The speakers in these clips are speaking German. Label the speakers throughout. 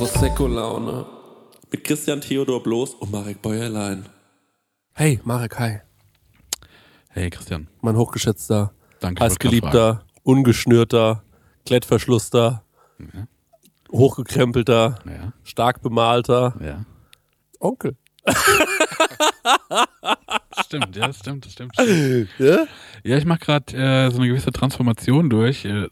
Speaker 1: Sekolaune. Mit Christian Theodor Bloß und Marek Bäuerlein.
Speaker 2: Hey, Marek, hi.
Speaker 3: Hey Christian,
Speaker 2: Mein hochgeschätzter,
Speaker 3: danke. ich wollte gerade
Speaker 2: heißgeliebter, ungeschnürter, klettverschlusster, Mhm.
Speaker 3: fragen.
Speaker 2: hochgekrempelter,
Speaker 3: Ja,
Speaker 2: stark bemalter
Speaker 3: ja, ja.
Speaker 2: Onkel.
Speaker 3: Stimmt, ja, stimmt, stimmt. stimmt.
Speaker 2: Ja?
Speaker 3: Ja, ich mache gerade äh, so eine gewisse Transformation durch. Äh,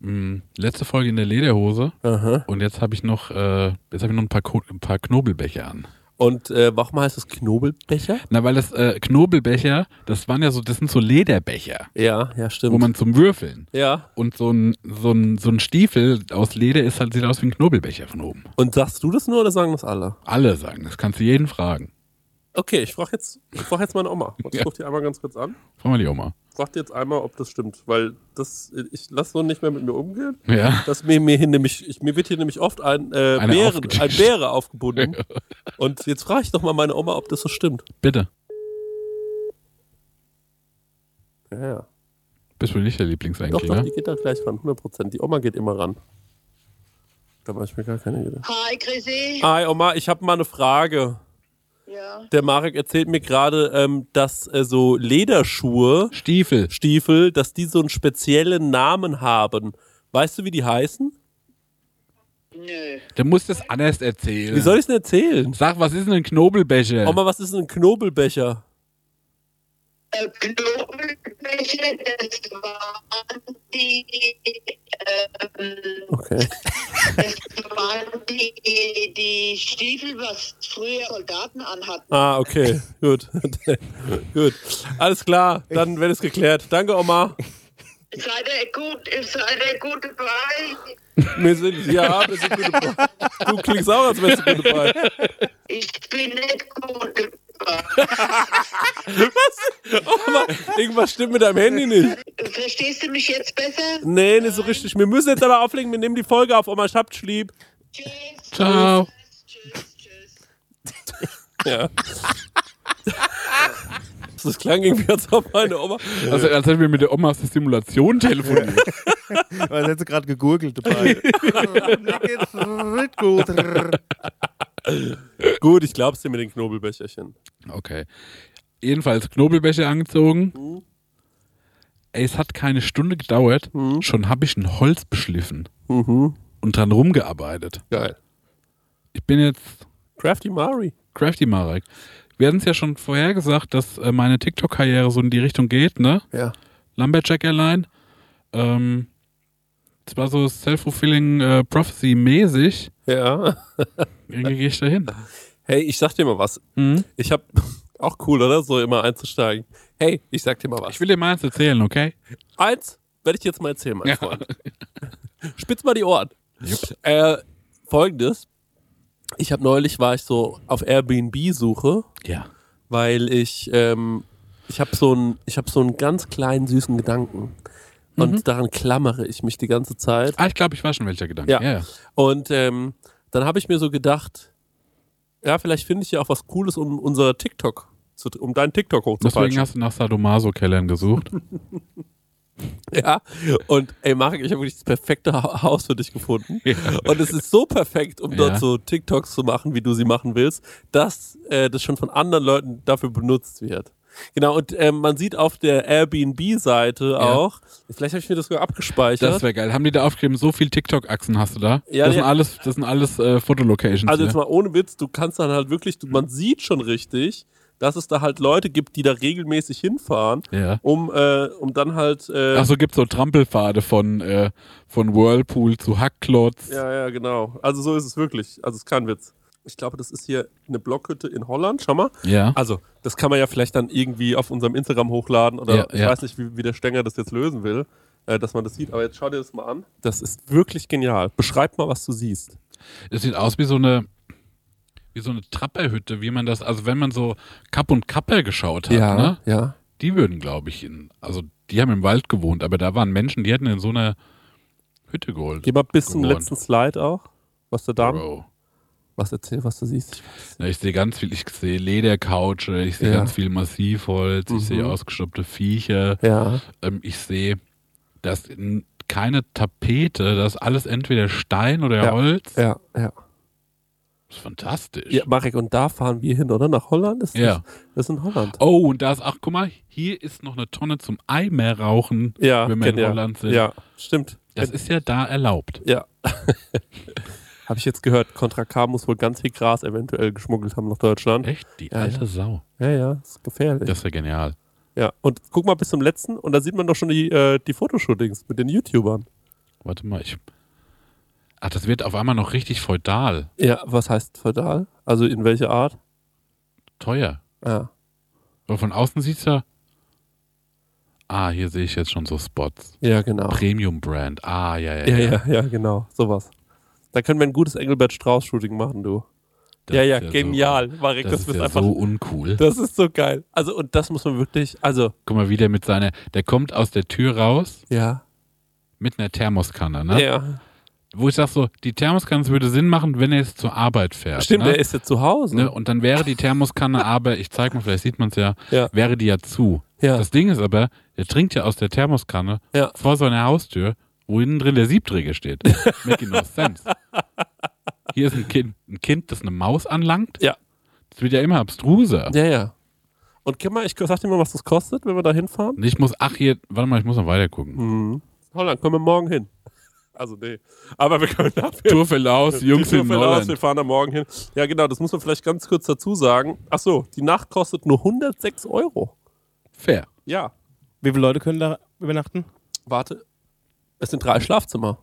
Speaker 3: mh, letzte Folge in der Lederhose
Speaker 2: Aha.
Speaker 3: und jetzt habe ich noch, äh, jetzt habe ich noch ein paar, Ko ein paar Knobelbecher an.
Speaker 2: Und äh, warum heißt das Knobelbecher?
Speaker 3: Na, weil das äh, Knobelbecher, das waren ja so, das sind so Lederbecher,
Speaker 2: Ja, ja, stimmt.
Speaker 3: wo man zum Würfeln.
Speaker 2: ja.
Speaker 3: Und so ein, so ein, so ein Stiefel aus Leder ist halt, sieht aus wie ein Knobelbecher von oben.
Speaker 2: Und sagst du das nur oder sagen das alle?
Speaker 3: Alle sagen, das kannst du jeden fragen.
Speaker 2: Okay, ich frage jetzt, ich frag jetzt meine Oma. Warte, Ich
Speaker 3: Ja.
Speaker 2: rufe die einmal ganz kurz an.
Speaker 3: Frag mal die Oma.
Speaker 2: Frag die jetzt einmal, ob das stimmt, weil das, ich lasse so nicht mehr mit mir umgehen.
Speaker 3: Ja.
Speaker 2: dass mir, mir, hier nämlich, ich, mir wird hier nämlich oft ein, äh,
Speaker 3: Einer
Speaker 2: Bären, ein
Speaker 3: aufgetischt.
Speaker 2: Bäre aufgebunden. Und jetzt frage ich doch mal meine Oma, ob das so stimmt.
Speaker 3: Bitte.
Speaker 2: Ja, ja.
Speaker 3: Bist wohl nicht der
Speaker 2: Doch, doch,
Speaker 3: Lieblingseigentümer?
Speaker 2: die geht da gleich ran, 100%. Die Oma geht immer ran. Da mache ich mir gar keine Gedanken.
Speaker 4: Hi, Chrissy.
Speaker 2: Hi Oma, ich habe mal eine Frage.
Speaker 4: Ja.
Speaker 2: Der Marek erzählt mir gerade, ähm, dass äh, so Lederschuhe,
Speaker 3: Stiefel.
Speaker 2: Stiefel, dass die so einen speziellen Namen haben. Weißt du, wie die heißen?
Speaker 4: Nö.
Speaker 3: Du musst es anders erzählen.
Speaker 2: Wie soll ich es denn erzählen?
Speaker 3: Sag, was ist denn ein Knobelbecher?
Speaker 2: Oma, was ist denn ein Knobelbecher?
Speaker 4: Äh, Knobelbecher, das waren die, ähm,
Speaker 2: Okay.
Speaker 4: das waren die, die Stiefel, was früher Soldaten anhatten.
Speaker 2: Ah, okay. Gut. Gut. Alles klar, dann wird es geklärt. Danke, Oma.
Speaker 4: Seid ihr gut, seid ihr gut dabei?
Speaker 2: Wir sind, ja, wir sind gut dabei. Du klingst auch, als wärst du gut dabei.
Speaker 4: Ich bin nicht gut dabei.
Speaker 2: Was? Oma, irgendwas stimmt mit deinem Handy nicht.
Speaker 4: Verstehst du mich jetzt besser?
Speaker 2: Nee, nicht so richtig. Wir müssen jetzt aber auflegen. Wir nehmen die Folge auf. Oma, ich hab's lieb.
Speaker 4: Tschüss.
Speaker 3: Ciao.
Speaker 4: Tschüss, tschüss.
Speaker 2: Ja. Das klang irgendwie, als ob meine Oma.
Speaker 3: Also, als hätten wir mit der Oma aus der Simulation telefoniert.
Speaker 5: Weil jetzt gerade gegurgelt dabei. Mir geht's nicht gut.
Speaker 2: Gut, ich glaub's dir mit den Knobelbecherchen.
Speaker 3: Okay. Jedenfalls Knobelbecher angezogen. Ey, es hat keine Stunde gedauert. Schon habe ich ein Holz beschliffen
Speaker 2: Mhm.
Speaker 3: und dran rumgearbeitet.
Speaker 2: Geil.
Speaker 3: Ich bin jetzt
Speaker 2: Crafty Mari.
Speaker 3: Crafty Marek. Wir hatten es ja schon vorher gesagt, dass äh, meine TikTok-Karriere so in die Richtung geht, ne?
Speaker 2: Ja.
Speaker 3: Lumberjack Airline. Ähm, es war so self-fulfilling äh, prophecy-mäßig.
Speaker 2: Ja.
Speaker 3: Irgendwie gehe ich da hin.
Speaker 2: Hey, ich sag dir mal was.
Speaker 3: Mhm.
Speaker 2: Ich habe auch cool, oder? So immer einzusteigen. Hey, ich sag dir mal was.
Speaker 3: Ich will dir mal eins erzählen, okay?
Speaker 2: Eins werde ich dir jetzt mal erzählen, mein
Speaker 3: Ja.
Speaker 2: Freund. Spitz mal die Ohren. Äh, Folgendes. Ich habe neulich war ich so auf Airbnb-Suche,
Speaker 3: Ja.
Speaker 2: weil ich, ähm, ich habe so einen, ich habe so einen ganz kleinen süßen Gedanken. Und
Speaker 3: Mhm.
Speaker 2: daran klammere ich mich die ganze Zeit.
Speaker 3: Ah, ich glaube, ich war schon welcher Gedanke.
Speaker 2: Ja.
Speaker 3: Ja. ja.
Speaker 2: Und ähm, dann habe ich mir so gedacht, ja, vielleicht finde ich ja auch was Cooles, um unser TikTok, zu, um deinen TikTok hochzupeitschen.
Speaker 3: Deswegen hast du nach Sadomaso-Kellern gesucht.
Speaker 2: Ja, und ey, Marek, ich habe wirklich das perfekte Ha- Haus für dich gefunden.
Speaker 3: Ja.
Speaker 2: Und es ist so perfekt, um dort
Speaker 3: Ja.
Speaker 2: so TikToks zu machen, wie du sie machen willst, dass äh, das schon von anderen Leuten dafür benutzt wird. Genau, und ähm, man sieht auf der Airbnb-Seite auch, vielleicht habe ich mir das sogar abgespeichert.
Speaker 3: Das wäre geil. Haben die da aufgeschrieben, so viel TikTok-Achsen hast du da?
Speaker 2: Ja,
Speaker 3: das, sind
Speaker 2: ja.
Speaker 3: alles, das sind alles äh, Fotolocations.
Speaker 2: also jetzt
Speaker 3: hier.
Speaker 2: mal ohne Witz, du kannst dann halt wirklich, du,
Speaker 3: Mhm.
Speaker 2: man sieht schon richtig, dass es da halt Leute gibt, die da regelmäßig hinfahren,
Speaker 3: ja.
Speaker 2: um, äh, um dann halt. Äh,
Speaker 3: Ach so, gibt so Trampelpfade von, äh, von Whirlpool zu Hackklotz.
Speaker 2: Ja, ja, genau. Also so ist es wirklich. Also es ist kein Witz. Ich glaube, das ist hier eine Blockhütte in Holland. Schau mal.
Speaker 3: ja.
Speaker 2: Also, das kann man ja vielleicht dann irgendwie auf unserem Instagram hochladen oder
Speaker 3: Ja,
Speaker 2: ich
Speaker 3: ja.
Speaker 2: weiß nicht, wie, wie der Stenger das jetzt lösen will, äh, dass man das sieht. Aber jetzt schau dir das mal an. Das ist wirklich genial. Beschreib mal, was du siehst.
Speaker 3: Es sieht aus wie so eine wie so eine Trapperhütte, wie man das, also wenn man so Kapp und Kapper geschaut hat, ne?
Speaker 2: ja.
Speaker 3: Die würden, glaube ich, in, also die haben im Wald gewohnt, aber da waren Menschen, die hätten in so einer Hütte geholt.
Speaker 2: Geh mal bis zum
Speaker 3: Geboren.
Speaker 2: letzten Slide auch. Was der Darm?
Speaker 3: Bro.
Speaker 2: Was erzähl, was du siehst.
Speaker 3: Na, ich sehe ganz viel, ich sehe Ledercouches, ich sehe
Speaker 2: Ja.
Speaker 3: ganz viel Massivholz,
Speaker 2: Mhm.
Speaker 3: ich sehe ausgestopfte Viecher,
Speaker 2: Ja.
Speaker 3: ähm, ich sehe, dass n- keine Tapete, das ist alles entweder Stein oder
Speaker 2: Ja.
Speaker 3: Holz.
Speaker 2: Ja, ja.
Speaker 3: Das ist fantastisch.
Speaker 2: Ja, Marek, und da fahren wir hin, oder? Nach Holland? Ist
Speaker 3: Ja.
Speaker 2: Das, das ist in Holland.
Speaker 3: Oh, und da ist, ach guck mal, hier ist noch eine Tonne zum Eimer rauchen,
Speaker 2: ja,
Speaker 3: wenn wir in
Speaker 2: kennt ihr.
Speaker 3: Holland sind.
Speaker 2: Ja, stimmt.
Speaker 3: Das ist ja da erlaubt.
Speaker 2: Ja. Habe ich jetzt gehört, Contra K muss wohl ganz viel Gras eventuell geschmuggelt haben nach Deutschland.
Speaker 3: Echt? Die
Speaker 2: Ja,
Speaker 3: alte Sau.
Speaker 2: Ja, ja, ist gefährlich.
Speaker 3: Das ist ja genial.
Speaker 2: Ja, und guck mal bis zum letzten und da sieht man doch schon die, äh, die Fotoshootings mit den YouTubern.
Speaker 3: Warte mal, ich. Ach, das wird auf einmal noch richtig feudal.
Speaker 2: Ja, was heißt feudal? Also in welche Art?
Speaker 3: Teuer.
Speaker 2: Ja.
Speaker 3: Aber von außen sieht's ja. Ah, hier sehe ich jetzt schon so Spots.
Speaker 2: Ja, genau.
Speaker 3: Premium Brand. Ah, ja, ja,
Speaker 2: Ja, ja, ja, genau. Sowas. Da können wir ein gutes Engelbert Strauß-Shooting machen, du.
Speaker 3: Das
Speaker 2: ja,
Speaker 3: ist
Speaker 2: ja,
Speaker 3: so-
Speaker 2: genial. Marek,
Speaker 3: Das
Speaker 2: das,
Speaker 3: ist
Speaker 2: ist
Speaker 3: ja
Speaker 2: einfach.
Speaker 3: so uncool.
Speaker 2: das ist so geil. Also, und das muss man wirklich, also,
Speaker 3: Guck mal, wie der mit seiner. Der kommt aus der Tür raus
Speaker 2: ja.
Speaker 3: mit einer Thermoskanne, ne?
Speaker 2: Ja.
Speaker 3: Wo ich sag so, die Thermoskanne es würde Sinn machen, wenn er jetzt zur Arbeit fährt.
Speaker 2: Stimmt,
Speaker 3: ne?
Speaker 2: der ist jetzt zu Hause.
Speaker 3: Ne? Und dann wäre die Thermoskanne aber, ich zeig mal, vielleicht sieht man es ja,
Speaker 2: Ja.
Speaker 3: wäre die ja zu.
Speaker 2: Ja.
Speaker 3: Das Ding ist aber, der trinkt ja aus der Thermoskanne
Speaker 2: Ja.
Speaker 3: vor seiner Haustür, wo innen drin der Siebträger steht. Making no sense. Hier ist ein Kind, ein kind das eine Maus anlangt.
Speaker 2: Ja.
Speaker 3: Das wird ja immer abstruser.
Speaker 2: Ja, ja. Und guck mal, ich sag dir mal, was das kostet, wenn wir da hinfahren.
Speaker 3: Und Ich muss, ach hier, warte mal, ich muss noch weiter gucken.
Speaker 2: Mhm. Holland, können wir morgen hin. Also, nee. Aber wir können dafür.
Speaker 3: Tour fällt aus, Jungs
Speaker 2: Die Tour
Speaker 3: in
Speaker 2: fällt aus, Wir
Speaker 3: Holland.
Speaker 2: fahren da morgen hin. Ja, genau, das muss man vielleicht ganz kurz dazu sagen. Ach so, die Nacht kostet nur 106 Euro.
Speaker 3: Fair.
Speaker 2: Ja,
Speaker 5: Wie viele Leute können da übernachten?
Speaker 2: warte. Es sind drei Schlafzimmer,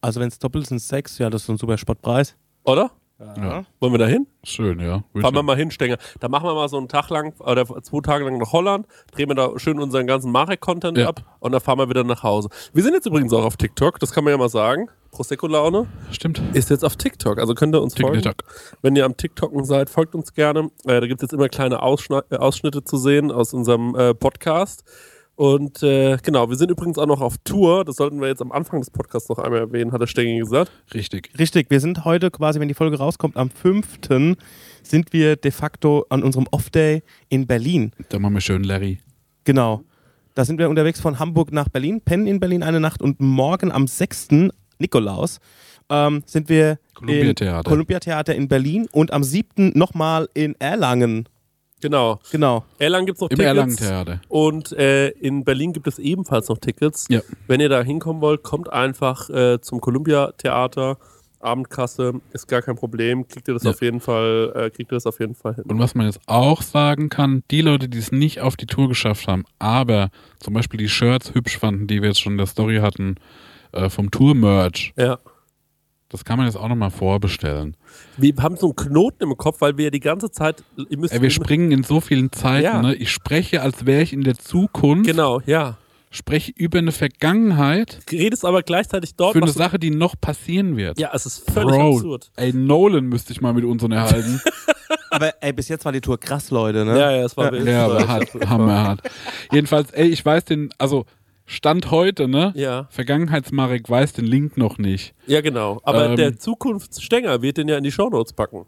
Speaker 5: Also wenn es doppelt ist, sind es sechs. Ja, das ist ein super Spottpreis.
Speaker 2: oder?
Speaker 3: Ja.
Speaker 2: Wollen wir da hin?
Speaker 3: Schön, ja. Würde
Speaker 2: Fahren wir
Speaker 3: ich-
Speaker 2: mal hin, Stenger. Da machen wir mal so einen Tag lang oder zwei Tage lang nach Holland, drehen wir da schön unseren ganzen Marek-Content
Speaker 3: Ja.
Speaker 2: ab und dann fahren wir wieder nach Hause. Wir sind jetzt übrigens auch auf TikTok, das kann man ja mal sagen. Prosecco-Laune
Speaker 3: Stimmt.
Speaker 2: ist jetzt auf TikTok, also könnt ihr uns folgen.
Speaker 3: TikTok.
Speaker 2: Wenn ihr am TikToken seid, folgt uns gerne. Äh, da gibt es jetzt immer kleine Ausschna- äh, Ausschnitte zu sehen aus unserem äh, Podcast. Und äh, genau, wir sind übrigens auch noch auf Tour. Das sollten wir jetzt am Anfang des Podcasts noch einmal erwähnen, hat der Stenger gesagt.
Speaker 3: Richtig.
Speaker 5: Richtig, wir sind heute quasi, wenn die Folge rauskommt, am 5. sind wir de facto an unserem Off-Day in Berlin.
Speaker 3: Dann machen wir schön Larry.
Speaker 5: Genau. Da sind wir unterwegs von Hamburg nach Berlin, pennen in Berlin eine Nacht und morgen am 6. Nikolaus ähm, sind wir
Speaker 3: Columbia
Speaker 5: im
Speaker 3: Theater.
Speaker 5: Columbia Theater in Berlin und am 7. nochmal in Erlangen.
Speaker 2: Genau.
Speaker 5: Genau.
Speaker 2: Erlangen gibt es noch
Speaker 3: Im
Speaker 2: Tickets.
Speaker 3: Erlangen-Theater.
Speaker 2: Und äh, in Berlin gibt es ebenfalls noch Tickets.
Speaker 3: Ja.
Speaker 2: Wenn ihr da hinkommen wollt, kommt einfach äh, zum Columbia Theater. Abendkasse ist gar kein Problem. Kriegt ihr das
Speaker 3: Ja.
Speaker 2: auf jeden Fall, äh, kriegt ihr das auf jeden Fall hin.
Speaker 3: Und was man jetzt auch sagen kann, die Leute, die es nicht auf die Tour geschafft haben, aber zum Beispiel die Shirts hübsch fanden, die wir jetzt schon in der Story hatten, äh, vom Tour-Merch,
Speaker 2: ja.
Speaker 3: das kann man jetzt auch nochmal vorbestellen.
Speaker 2: Wir haben so einen Knoten im Kopf, weil wir ja die ganze Zeit. Ihr müsst
Speaker 3: Ey, wir springen in so vielen Zeiten,
Speaker 2: Ja.
Speaker 3: ne? ich spreche, als wäre ich in der Zukunft,
Speaker 2: Genau, ja.
Speaker 3: spreche über eine Vergangenheit
Speaker 2: Du Redest aber gleichzeitig dort.
Speaker 3: für eine
Speaker 2: was du-
Speaker 3: Sache, die noch passieren wird.
Speaker 2: ja, es ist völlig
Speaker 3: Bro,
Speaker 2: absurd.
Speaker 3: Ey, Nolan müsste ich mal mit uns unterhalten.
Speaker 5: Aber ey, bis jetzt war die Tour krass, Leute, ne?
Speaker 2: Ja, ja, es war
Speaker 3: ja, aber hart, hammerhart. Jedenfalls, ey, ich weiß den, also Stand heute, ne?
Speaker 2: Ja.
Speaker 3: Vergangenheitsmarek weiß den Link noch nicht.
Speaker 2: Ja, genau. Aber
Speaker 3: Ähm.
Speaker 2: der Zukunftsstänger wird den ja in die Shownotes packen.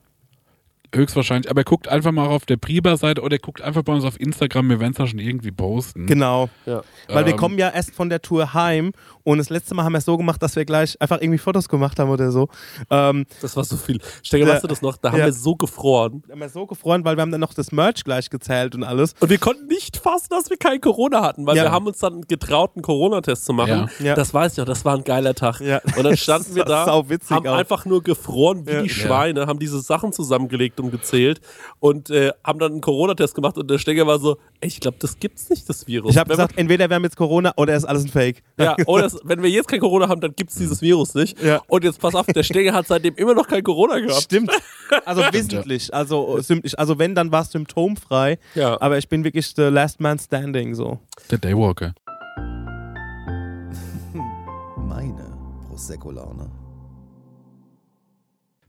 Speaker 3: Höchstwahrscheinlich. Aber guckt einfach mal auf der Priba-Seite oder guckt einfach bei uns auf Instagram. Wir werden es da schon irgendwie posten.
Speaker 5: Genau.
Speaker 2: Ja.
Speaker 5: Weil wir
Speaker 3: Ähm.
Speaker 5: kommen ja erst von der Tour heim und das letzte Mal haben wir es so gemacht, dass wir gleich einfach irgendwie Fotos gemacht haben oder so. Ähm,
Speaker 2: Das war so viel. Stenger,
Speaker 5: Ja.
Speaker 2: weißt du das noch? Da haben
Speaker 5: Ja.
Speaker 2: wir so gefroren.
Speaker 5: haben wir so gefreut, weil wir haben dann noch das Merch gleich gezählt und alles.
Speaker 2: Und wir konnten nicht fassen, dass wir kein Corona hatten, weil
Speaker 5: Ja.
Speaker 2: wir haben uns dann getraut, einen Corona-Test zu machen.
Speaker 5: Ja. Ja.
Speaker 2: Das weiß ich noch, das war ein geiler Tag.
Speaker 5: Ja.
Speaker 2: Und dann standen
Speaker 5: Das
Speaker 2: wir
Speaker 5: sah
Speaker 2: da,
Speaker 5: sauwitzig
Speaker 2: haben
Speaker 5: aus.
Speaker 2: einfach nur gefroren wie
Speaker 5: Ja.
Speaker 2: die Schweine, haben diese Sachen zusammengelegt und gezählt und äh, haben dann einen Corona-Test gemacht und der Stecker war so, ey, ich glaube, das gibt's nicht, das Virus.
Speaker 5: Ich habe
Speaker 2: Wenn
Speaker 5: gesagt, entweder wir haben jetzt Corona oder ist alles ein Fake.
Speaker 2: wir- ja, oder es, wenn wir jetzt kein Corona haben, dann gibt's dieses Virus nicht.
Speaker 5: Ja.
Speaker 2: Und jetzt pass auf, der Steger hat seitdem immer noch kein Corona gehabt.
Speaker 5: Stimmt. Also wissentlich. Also, äh, sym- also wenn, dann war es symptomfrei.
Speaker 2: Ja.
Speaker 5: Aber ich bin wirklich the last man standing so.
Speaker 3: Der Daywalker.
Speaker 6: Meine Prosecco-Laune.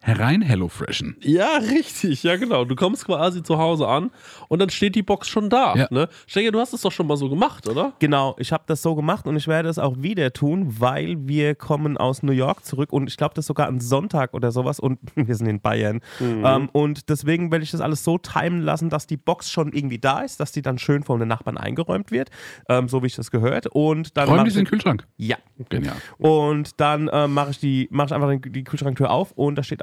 Speaker 3: herein HelloFreshen.
Speaker 2: Ja, richtig, ja genau. Du kommst quasi zu Hause an und dann steht die Box schon da.
Speaker 3: Ja.
Speaker 2: Ne? Stecker, du hast es doch schon mal so gemacht, oder?
Speaker 5: Genau, ich habe das so gemacht und ich werde es auch wieder tun, weil wir kommen aus New York zurück und ich glaube, das ist sogar am Sonntag oder sowas und wir sind in Bayern. Ähm, und deswegen werde ich das alles so timen lassen, dass die Box schon irgendwie da ist, dass die dann schön von den Nachbarn eingeräumt wird, ähm, so wie ich das gehört. Und dann
Speaker 3: Räum
Speaker 5: mach
Speaker 3: die in den
Speaker 5: ich,
Speaker 3: Kühlschrank.
Speaker 5: ja.
Speaker 3: Genial.
Speaker 5: Und dann ähm, mache ich, die- mach ich einfach den- die Kühlschranktür auf und da steht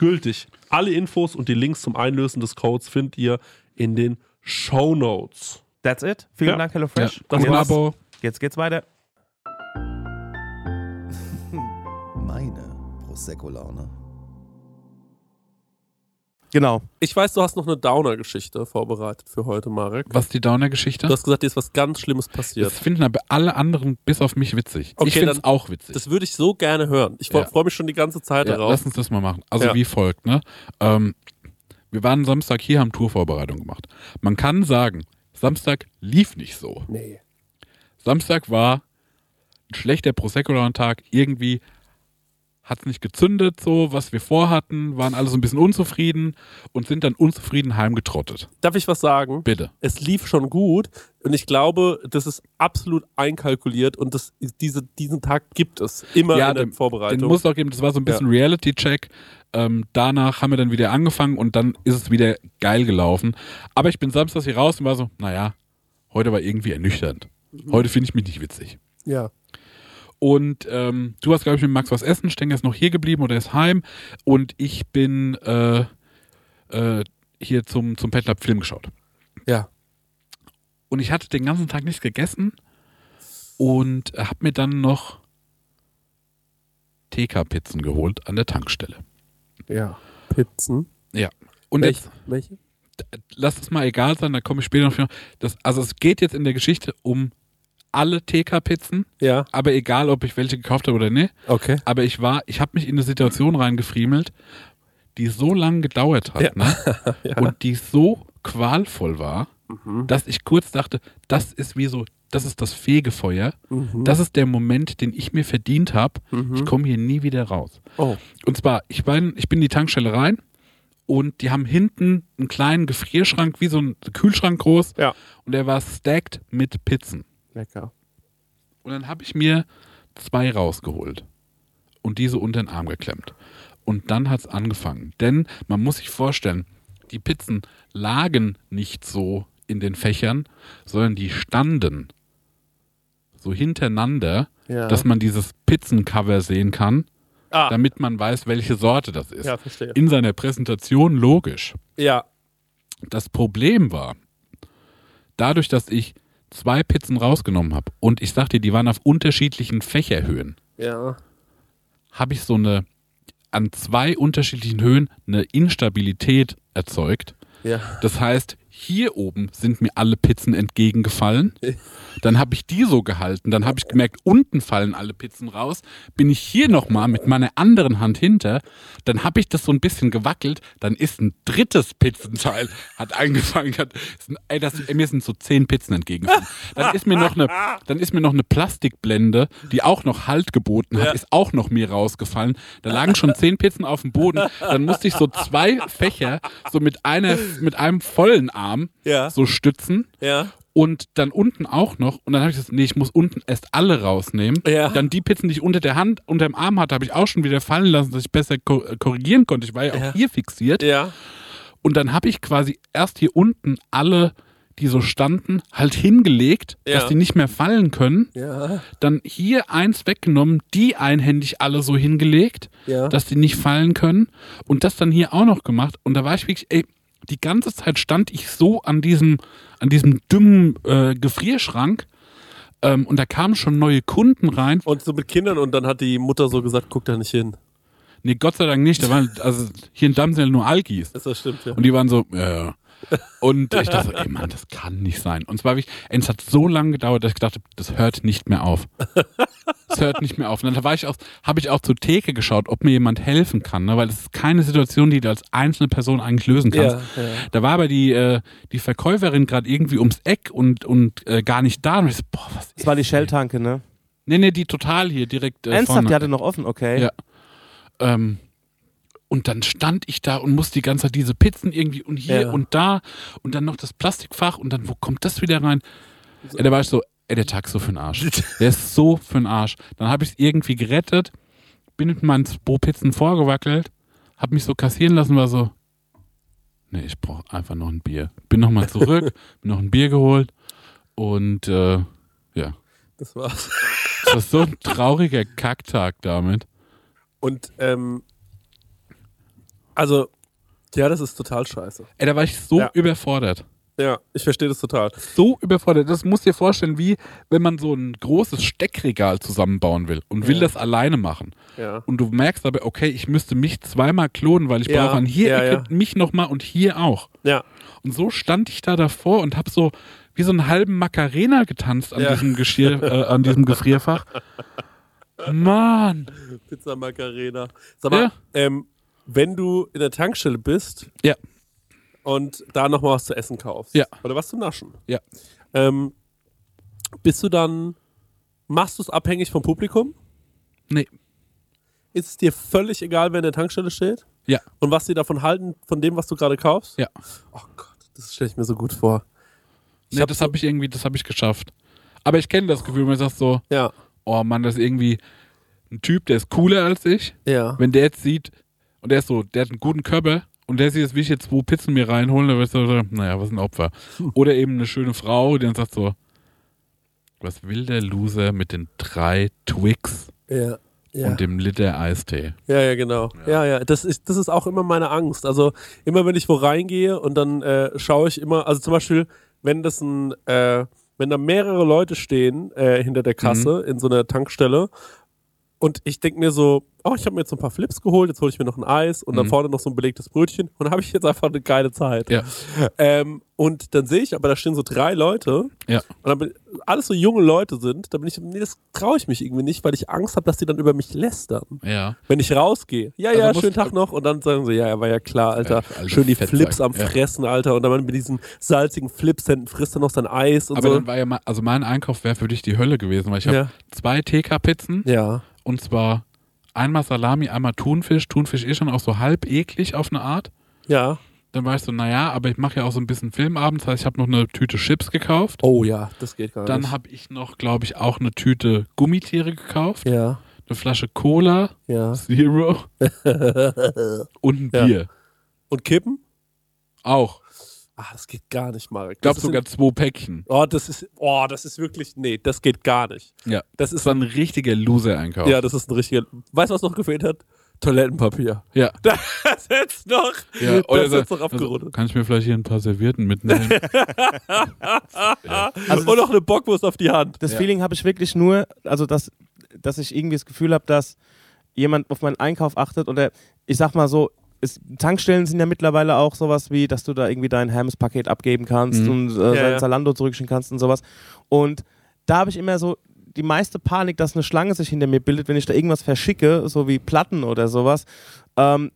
Speaker 2: gültig. Alle Infos und die Links zum Einlösen des Codes findet ihr in den Show Notes.
Speaker 5: That's it. Vielen
Speaker 2: Ja.
Speaker 5: Dank, HelloFresh.
Speaker 3: Ja, das
Speaker 5: jetzt,
Speaker 3: war ein Abo.
Speaker 5: jetzt geht's weiter.
Speaker 6: Meine Prosecco-Laune.
Speaker 5: Genau.
Speaker 2: Ich weiß, du hast noch eine Downer-Geschichte vorbereitet für heute, Marek.
Speaker 3: Was die Downer-Geschichte?
Speaker 2: Du hast gesagt, dir ist was ganz Schlimmes passiert.
Speaker 3: Das finden aber alle anderen bis auf mich witzig.
Speaker 2: Okay,
Speaker 3: ich finde es
Speaker 2: dann-
Speaker 3: auch witzig.
Speaker 2: Das würde ich so gerne hören. Ich
Speaker 3: Ja.
Speaker 2: freue mich schon die ganze Zeit
Speaker 3: ja,
Speaker 2: darauf.
Speaker 3: lass uns das mal machen. Also
Speaker 2: Ja.
Speaker 3: wie folgt, ne? Ähm, wir waren Samstag hier, haben Tourvorbereitung gemacht. Man kann sagen, Samstag lief nicht so.
Speaker 2: Nee.
Speaker 3: Samstag war ein schlechter Prosecco-Tag. Irgendwie hat es nicht gezündet, so was wir vorhatten, waren alle so ein bisschen unzufrieden und sind dann unzufrieden heimgetrottet.
Speaker 2: Darf ich was sagen?
Speaker 3: Bitte.
Speaker 2: es lief schon gut und ich glaube, das ist absolut einkalkuliert und das, diese, diesen Tag gibt es immer in der
Speaker 3: den-
Speaker 2: Vorbereitung.
Speaker 3: Den muss auch geben, das war so ein bisschen Reality-Check. Ähm, danach haben wir dann wieder angefangen und dann ist es wieder geil gelaufen. Aber ich bin samstags hier raus und war so, naja, heute war irgendwie ernüchternd.
Speaker 2: Mhm.
Speaker 3: Heute finde ich mich nicht witzig.
Speaker 2: ja.
Speaker 3: Und ähm, du hast, glaube ich, mit Max was essen. Stenger ist noch hier geblieben oder ist heim. Und ich bin äh, äh, hier zum, zum Pet Lab Film geschaut.
Speaker 2: Ja.
Speaker 3: Und ich hatte den ganzen Tag nichts gegessen und habe mir dann noch TK-Pizzen geholt an der Tankstelle.
Speaker 2: Ja. Pizzen.
Speaker 3: Ja. Und
Speaker 2: Welche?
Speaker 3: jetzt,
Speaker 2: Welche?
Speaker 3: lass es mal egal sein, da komme ich später noch. für- Das, also es geht jetzt in der Geschichte um alle TK-Pizzen,
Speaker 2: Ja.
Speaker 3: aber egal, ob ich welche gekauft habe oder ne. nicht.
Speaker 2: Okay.
Speaker 3: Aber ich war, ich habe mich in eine Situation reingefriemelt, die so lange gedauert hat,
Speaker 2: Ja. Mhm.
Speaker 3: ne? Und die so qualvoll war, dass ich kurz dachte, das ist wie so, das ist das Fegefeuer,
Speaker 2: Mhm.
Speaker 3: das ist der Moment, den ich mir verdient habe. Ich komme hier nie wieder raus.
Speaker 2: Oh.
Speaker 3: Und zwar, ich bin, ich bin in die Tankstelle rein Und die haben hinten einen kleinen Gefrierschrank, wie so ein Kühlschrank groß.
Speaker 2: Ja.
Speaker 3: Und der war stacked mit Pizzen.
Speaker 2: Lecker.
Speaker 3: Und dann habe ich mir zwei rausgeholt und diese unter den Arm geklemmt. Und dann hat es angefangen. Denn man muss sich vorstellen, die Pizzen lagen nicht so in den Fächern, sondern die standen so hintereinander,
Speaker 2: Ja.
Speaker 3: dass man dieses Pizzencover sehen kann,
Speaker 2: Ah,
Speaker 3: damit man weiß, welche Sorte das ist.
Speaker 2: ja, verstehe.
Speaker 3: In seiner Präsentation logisch.
Speaker 2: Ja,
Speaker 3: Das Problem war, dadurch, dass ich zwei Pizzen rausgenommen habe und ich sagte, die waren auf unterschiedlichen Fächerhöhen,
Speaker 2: ja.
Speaker 3: habe ich so eine an zwei unterschiedlichen Höhen eine Instabilität erzeugt.
Speaker 2: Ja.
Speaker 3: Das heißt, hier oben sind mir alle Pizzen entgegengefallen. Dann habe ich die so gehalten. Dann habe ich gemerkt, unten fallen alle Pizzen raus. Bin ich hier nochmal mit meiner anderen Hand hinter. Dann habe ich das so ein bisschen gewackelt. Dann ist ein drittes Pizzenteil hat angefangen. Hat, ist ein, ey, das, ey, mir sind so zehn Pizzen entgegengefallen. Dann ist mir noch eine, dann ist mir noch eine Plastikblende, die auch noch Halt geboten hat, ist auch noch mir rausgefallen. Da lagen schon zehn Pizzen auf dem Boden. Dann musste ich so zwei Fächer so mit einer, mit einem vollen Arm
Speaker 2: Ja.
Speaker 3: so stützen
Speaker 2: Ja.
Speaker 3: und dann unten auch noch. Und dann habe ich gesagt, nee, ich muss unten erst alle rausnehmen.
Speaker 2: Ja.
Speaker 3: Dann die Pizzen, die ich unter der Hand, unter dem Arm hatte, habe ich auch schon wieder fallen lassen, dass ich besser ko äh, korrigieren konnte. Ich war ja auch hier fixiert.
Speaker 2: Ja.
Speaker 3: Und dann habe ich quasi erst hier unten alle, die so standen, halt hingelegt,
Speaker 2: Ja.
Speaker 3: dass die nicht mehr fallen können.
Speaker 2: Ja.
Speaker 3: Dann hier eins weggenommen, die einhändig alle so hingelegt,
Speaker 2: Ja.
Speaker 3: dass die nicht fallen können. Und das dann hier auch noch gemacht. Und da war ich wirklich, ey, die ganze Zeit stand ich so an diesem, an diesem dünnen äh, Gefrierschrank. Ähm, und da kamen schon neue Kunden rein.
Speaker 2: Und so mit Kindern und dann hat die Mutter so gesagt, guck da nicht hin.
Speaker 3: Nee, Gott sei Dank nicht. Da waren, also hier in Damm sind ja nur Algis.
Speaker 2: Ist das stimmt, ja.
Speaker 3: Und die waren so, ja. ja. Und ich dachte, so, ey Mann, das kann nicht sein. Und zwar wirklich, ey, es hat so lange gedauert, dass ich gedacht habe, das hört nicht mehr auf. Das hört nicht mehr auf. Und dann war ich auch, habe ich auch zur Theke geschaut, ob mir jemand helfen kann, ne? weil es ist keine Situation, die du als einzelne Person eigentlich lösen kannst.
Speaker 2: Ja, ja.
Speaker 3: Da war aber die, äh, die Verkäuferin gerade irgendwie ums Eck und, und äh, gar nicht da. Und ich so, boah, was
Speaker 5: Das
Speaker 3: ist.
Speaker 5: war die Shell-Tanke, ne?
Speaker 3: Nee, nee, die total hier direkt äh,
Speaker 5: Ernsthaft,
Speaker 3: vorne.
Speaker 5: die hatte noch offen, okay.
Speaker 3: Ja. Ähm, und dann stand ich da und musste die ganze Zeit diese Pizzen irgendwie und hier
Speaker 2: Ja.
Speaker 3: und da und dann noch das Plastikfach und dann, wo kommt das wieder rein? Ey, da war ich so, ey, der Tag ist so für den Arsch. Der ist so für den Arsch. Dann habe ich es irgendwie gerettet, bin mit meinen zwei Pizzen vorgewackelt, habe mich so kassieren lassen, war so, nee, ich brauche einfach noch ein Bier. Bin nochmal zurück, bin noch ein Bier geholt und äh, ja,
Speaker 2: Das war's.
Speaker 3: es war so ein trauriger Kacktag damit.
Speaker 2: Und, ähm, also, ja, das ist total scheiße.
Speaker 3: Ey, da war ich so
Speaker 2: Ja.
Speaker 3: überfordert.
Speaker 2: Ja, ich verstehe das total.
Speaker 3: so überfordert. Das musst du dir vorstellen, wie wenn man so ein großes Steckregal zusammenbauen will und will
Speaker 2: Ja.
Speaker 3: das alleine machen.
Speaker 2: Ja.
Speaker 3: Und du merkst aber, okay, ich müsste mich zweimal klonen, weil ich
Speaker 2: Ja,
Speaker 3: brauche an hier
Speaker 2: ja, ja.
Speaker 3: Equip- mich nochmal und hier auch.
Speaker 2: Ja.
Speaker 3: Und so stand ich da davor und habe so wie so einen halben Macarena getanzt an
Speaker 2: Ja.
Speaker 3: diesem Geschirr, äh, an diesem Gefrierfach. Mann.
Speaker 2: Pizza Macarena. Sag mal,
Speaker 3: Ja.
Speaker 2: ähm, wenn du in der Tankstelle bist
Speaker 3: Ja,
Speaker 2: und da nochmal was zu essen kaufst
Speaker 3: Ja.
Speaker 2: oder was zum Naschen,
Speaker 3: ja.
Speaker 2: ähm, bist du dann, machst du es abhängig vom Publikum?
Speaker 3: Nee.
Speaker 2: Ist es dir völlig egal, wer in der Tankstelle steht?
Speaker 3: Ja.
Speaker 2: Und was sie davon halten, von dem, was du gerade kaufst?
Speaker 3: Ja.
Speaker 2: Oh Gott, das stelle ich mir so gut vor.
Speaker 3: Nee, das habe ich irgendwie, das habe ich geschafft. Aber ich kenne das Gefühl, wenn man sagt so,
Speaker 2: Ja,
Speaker 3: oh Mann, das ist irgendwie ein Typ, der ist cooler als ich.
Speaker 2: ja.
Speaker 3: Wenn der jetzt sieht, und der ist so, der hat einen guten Körper, und der sieht jetzt, wie ich jetzt zwei Pizzen mir reinhole, dann wird er so, naja, was ein Opfer.
Speaker 2: Hm.
Speaker 3: Oder eben eine schöne Frau, die dann sagt so, was will der Loser mit den drei Twix
Speaker 2: ja. Ja.
Speaker 3: und dem Liter Eistee?
Speaker 2: ja, ja, genau. Ja, ja, Das, ist, das ist auch immer meine Angst. Also immer, wenn ich wo reingehe und dann äh, schaue ich immer, also zum Beispiel, wenn das ein, äh, wenn da mehrere Leute stehen äh, hinter der Kasse
Speaker 3: Mhm.
Speaker 2: in so einer Tankstelle und ich denke mir so, oh, ich habe mir jetzt so ein paar Flips geholt, jetzt hole ich mir noch ein Eis und dann
Speaker 3: Mhm.
Speaker 2: vorne noch so ein belegtes Brötchen und dann habe ich jetzt einfach eine geile Zeit.
Speaker 3: Ja,
Speaker 2: Ähm, und dann sehe ich aber, da stehen so drei Leute
Speaker 3: ja,
Speaker 2: und dann bin, alles so junge Leute sind, da bin ich, nee, das traue ich mich irgendwie nicht, weil ich Angst habe, dass die dann über mich lästern.
Speaker 3: ja.
Speaker 2: Wenn ich rausgehe, ja,
Speaker 3: Also
Speaker 2: ja,
Speaker 3: musst-
Speaker 2: schönen Tag noch und dann sagen sie, ja, ja, war ja klar, Alter,
Speaker 3: Ja, alte
Speaker 2: schön die
Speaker 3: Fettsack,
Speaker 2: Flips am
Speaker 3: ja.
Speaker 2: Fressen, Alter, und dann mit diesen salzigen Flips hinten frisst er noch sein Eis und
Speaker 3: Aber
Speaker 2: so.
Speaker 3: dann war ja, mein, also mein Einkauf wäre für dich die Hölle gewesen, weil ich habe
Speaker 2: Ja.
Speaker 3: zwei TK-Pizzen
Speaker 2: ja,
Speaker 3: und zwar einmal Salami, einmal Thunfisch. Thunfisch ist schon auch so halb eklig auf eine Art.
Speaker 2: Ja.
Speaker 3: Dann war ich so, naja, aber ich mache ja auch so ein bisschen Filmabend. Das heißt, ich habe noch eine Tüte Chips gekauft.
Speaker 2: Oh ja, das geht gar
Speaker 3: Dann
Speaker 2: nicht.
Speaker 3: habe ich noch, glaube ich, auch eine Tüte Gummitiere gekauft,
Speaker 2: Ja,
Speaker 3: eine Flasche Cola,
Speaker 2: ja.
Speaker 3: Zero und ein
Speaker 2: Ja.
Speaker 3: Bier.
Speaker 2: Und kippen?
Speaker 3: Auch.
Speaker 2: Ah, das geht gar nicht, Marek.
Speaker 3: Ich glaube
Speaker 2: Das
Speaker 3: sogar
Speaker 2: Ist,
Speaker 3: zwei Päckchen.
Speaker 2: oh, das ist, oh, das ist wirklich, nee, das geht gar nicht.
Speaker 3: Ja.
Speaker 2: Das
Speaker 3: Das
Speaker 2: ist,
Speaker 3: war ein richtiger Loser-Einkauf.
Speaker 2: ja, das ist ein richtiger, weißt du, was noch gefehlt hat? Toilettenpapier.
Speaker 3: ja.
Speaker 2: Das jetzt noch,
Speaker 3: Ja, oder
Speaker 2: das
Speaker 3: so-
Speaker 2: jetzt noch
Speaker 3: also,
Speaker 2: abgerundet.
Speaker 3: kann ich mir vielleicht hier ein paar Servietten mitnehmen?
Speaker 5: Also
Speaker 2: Und noch eine Bockwurst auf die Hand.
Speaker 5: Das
Speaker 3: Ja.
Speaker 5: Feeling habe ich wirklich nur, also dass, dass ich irgendwie das Gefühl habe, dass jemand auf meinen Einkauf achtet oder ich sag mal so, es, Tankstellen sind ja mittlerweile auch sowas wie, dass du da irgendwie dein Hermes-Paket abgeben kannst
Speaker 3: Mhm.
Speaker 5: und
Speaker 2: Ja,
Speaker 5: äh, dein
Speaker 2: ja.
Speaker 5: Zalando zurückschicken kannst und sowas. Und da habe ich immer so die meiste Panik, dass eine Schlange sich hinter mir bildet, wenn ich da irgendwas verschicke, so wie Platten oder sowas. Ähm,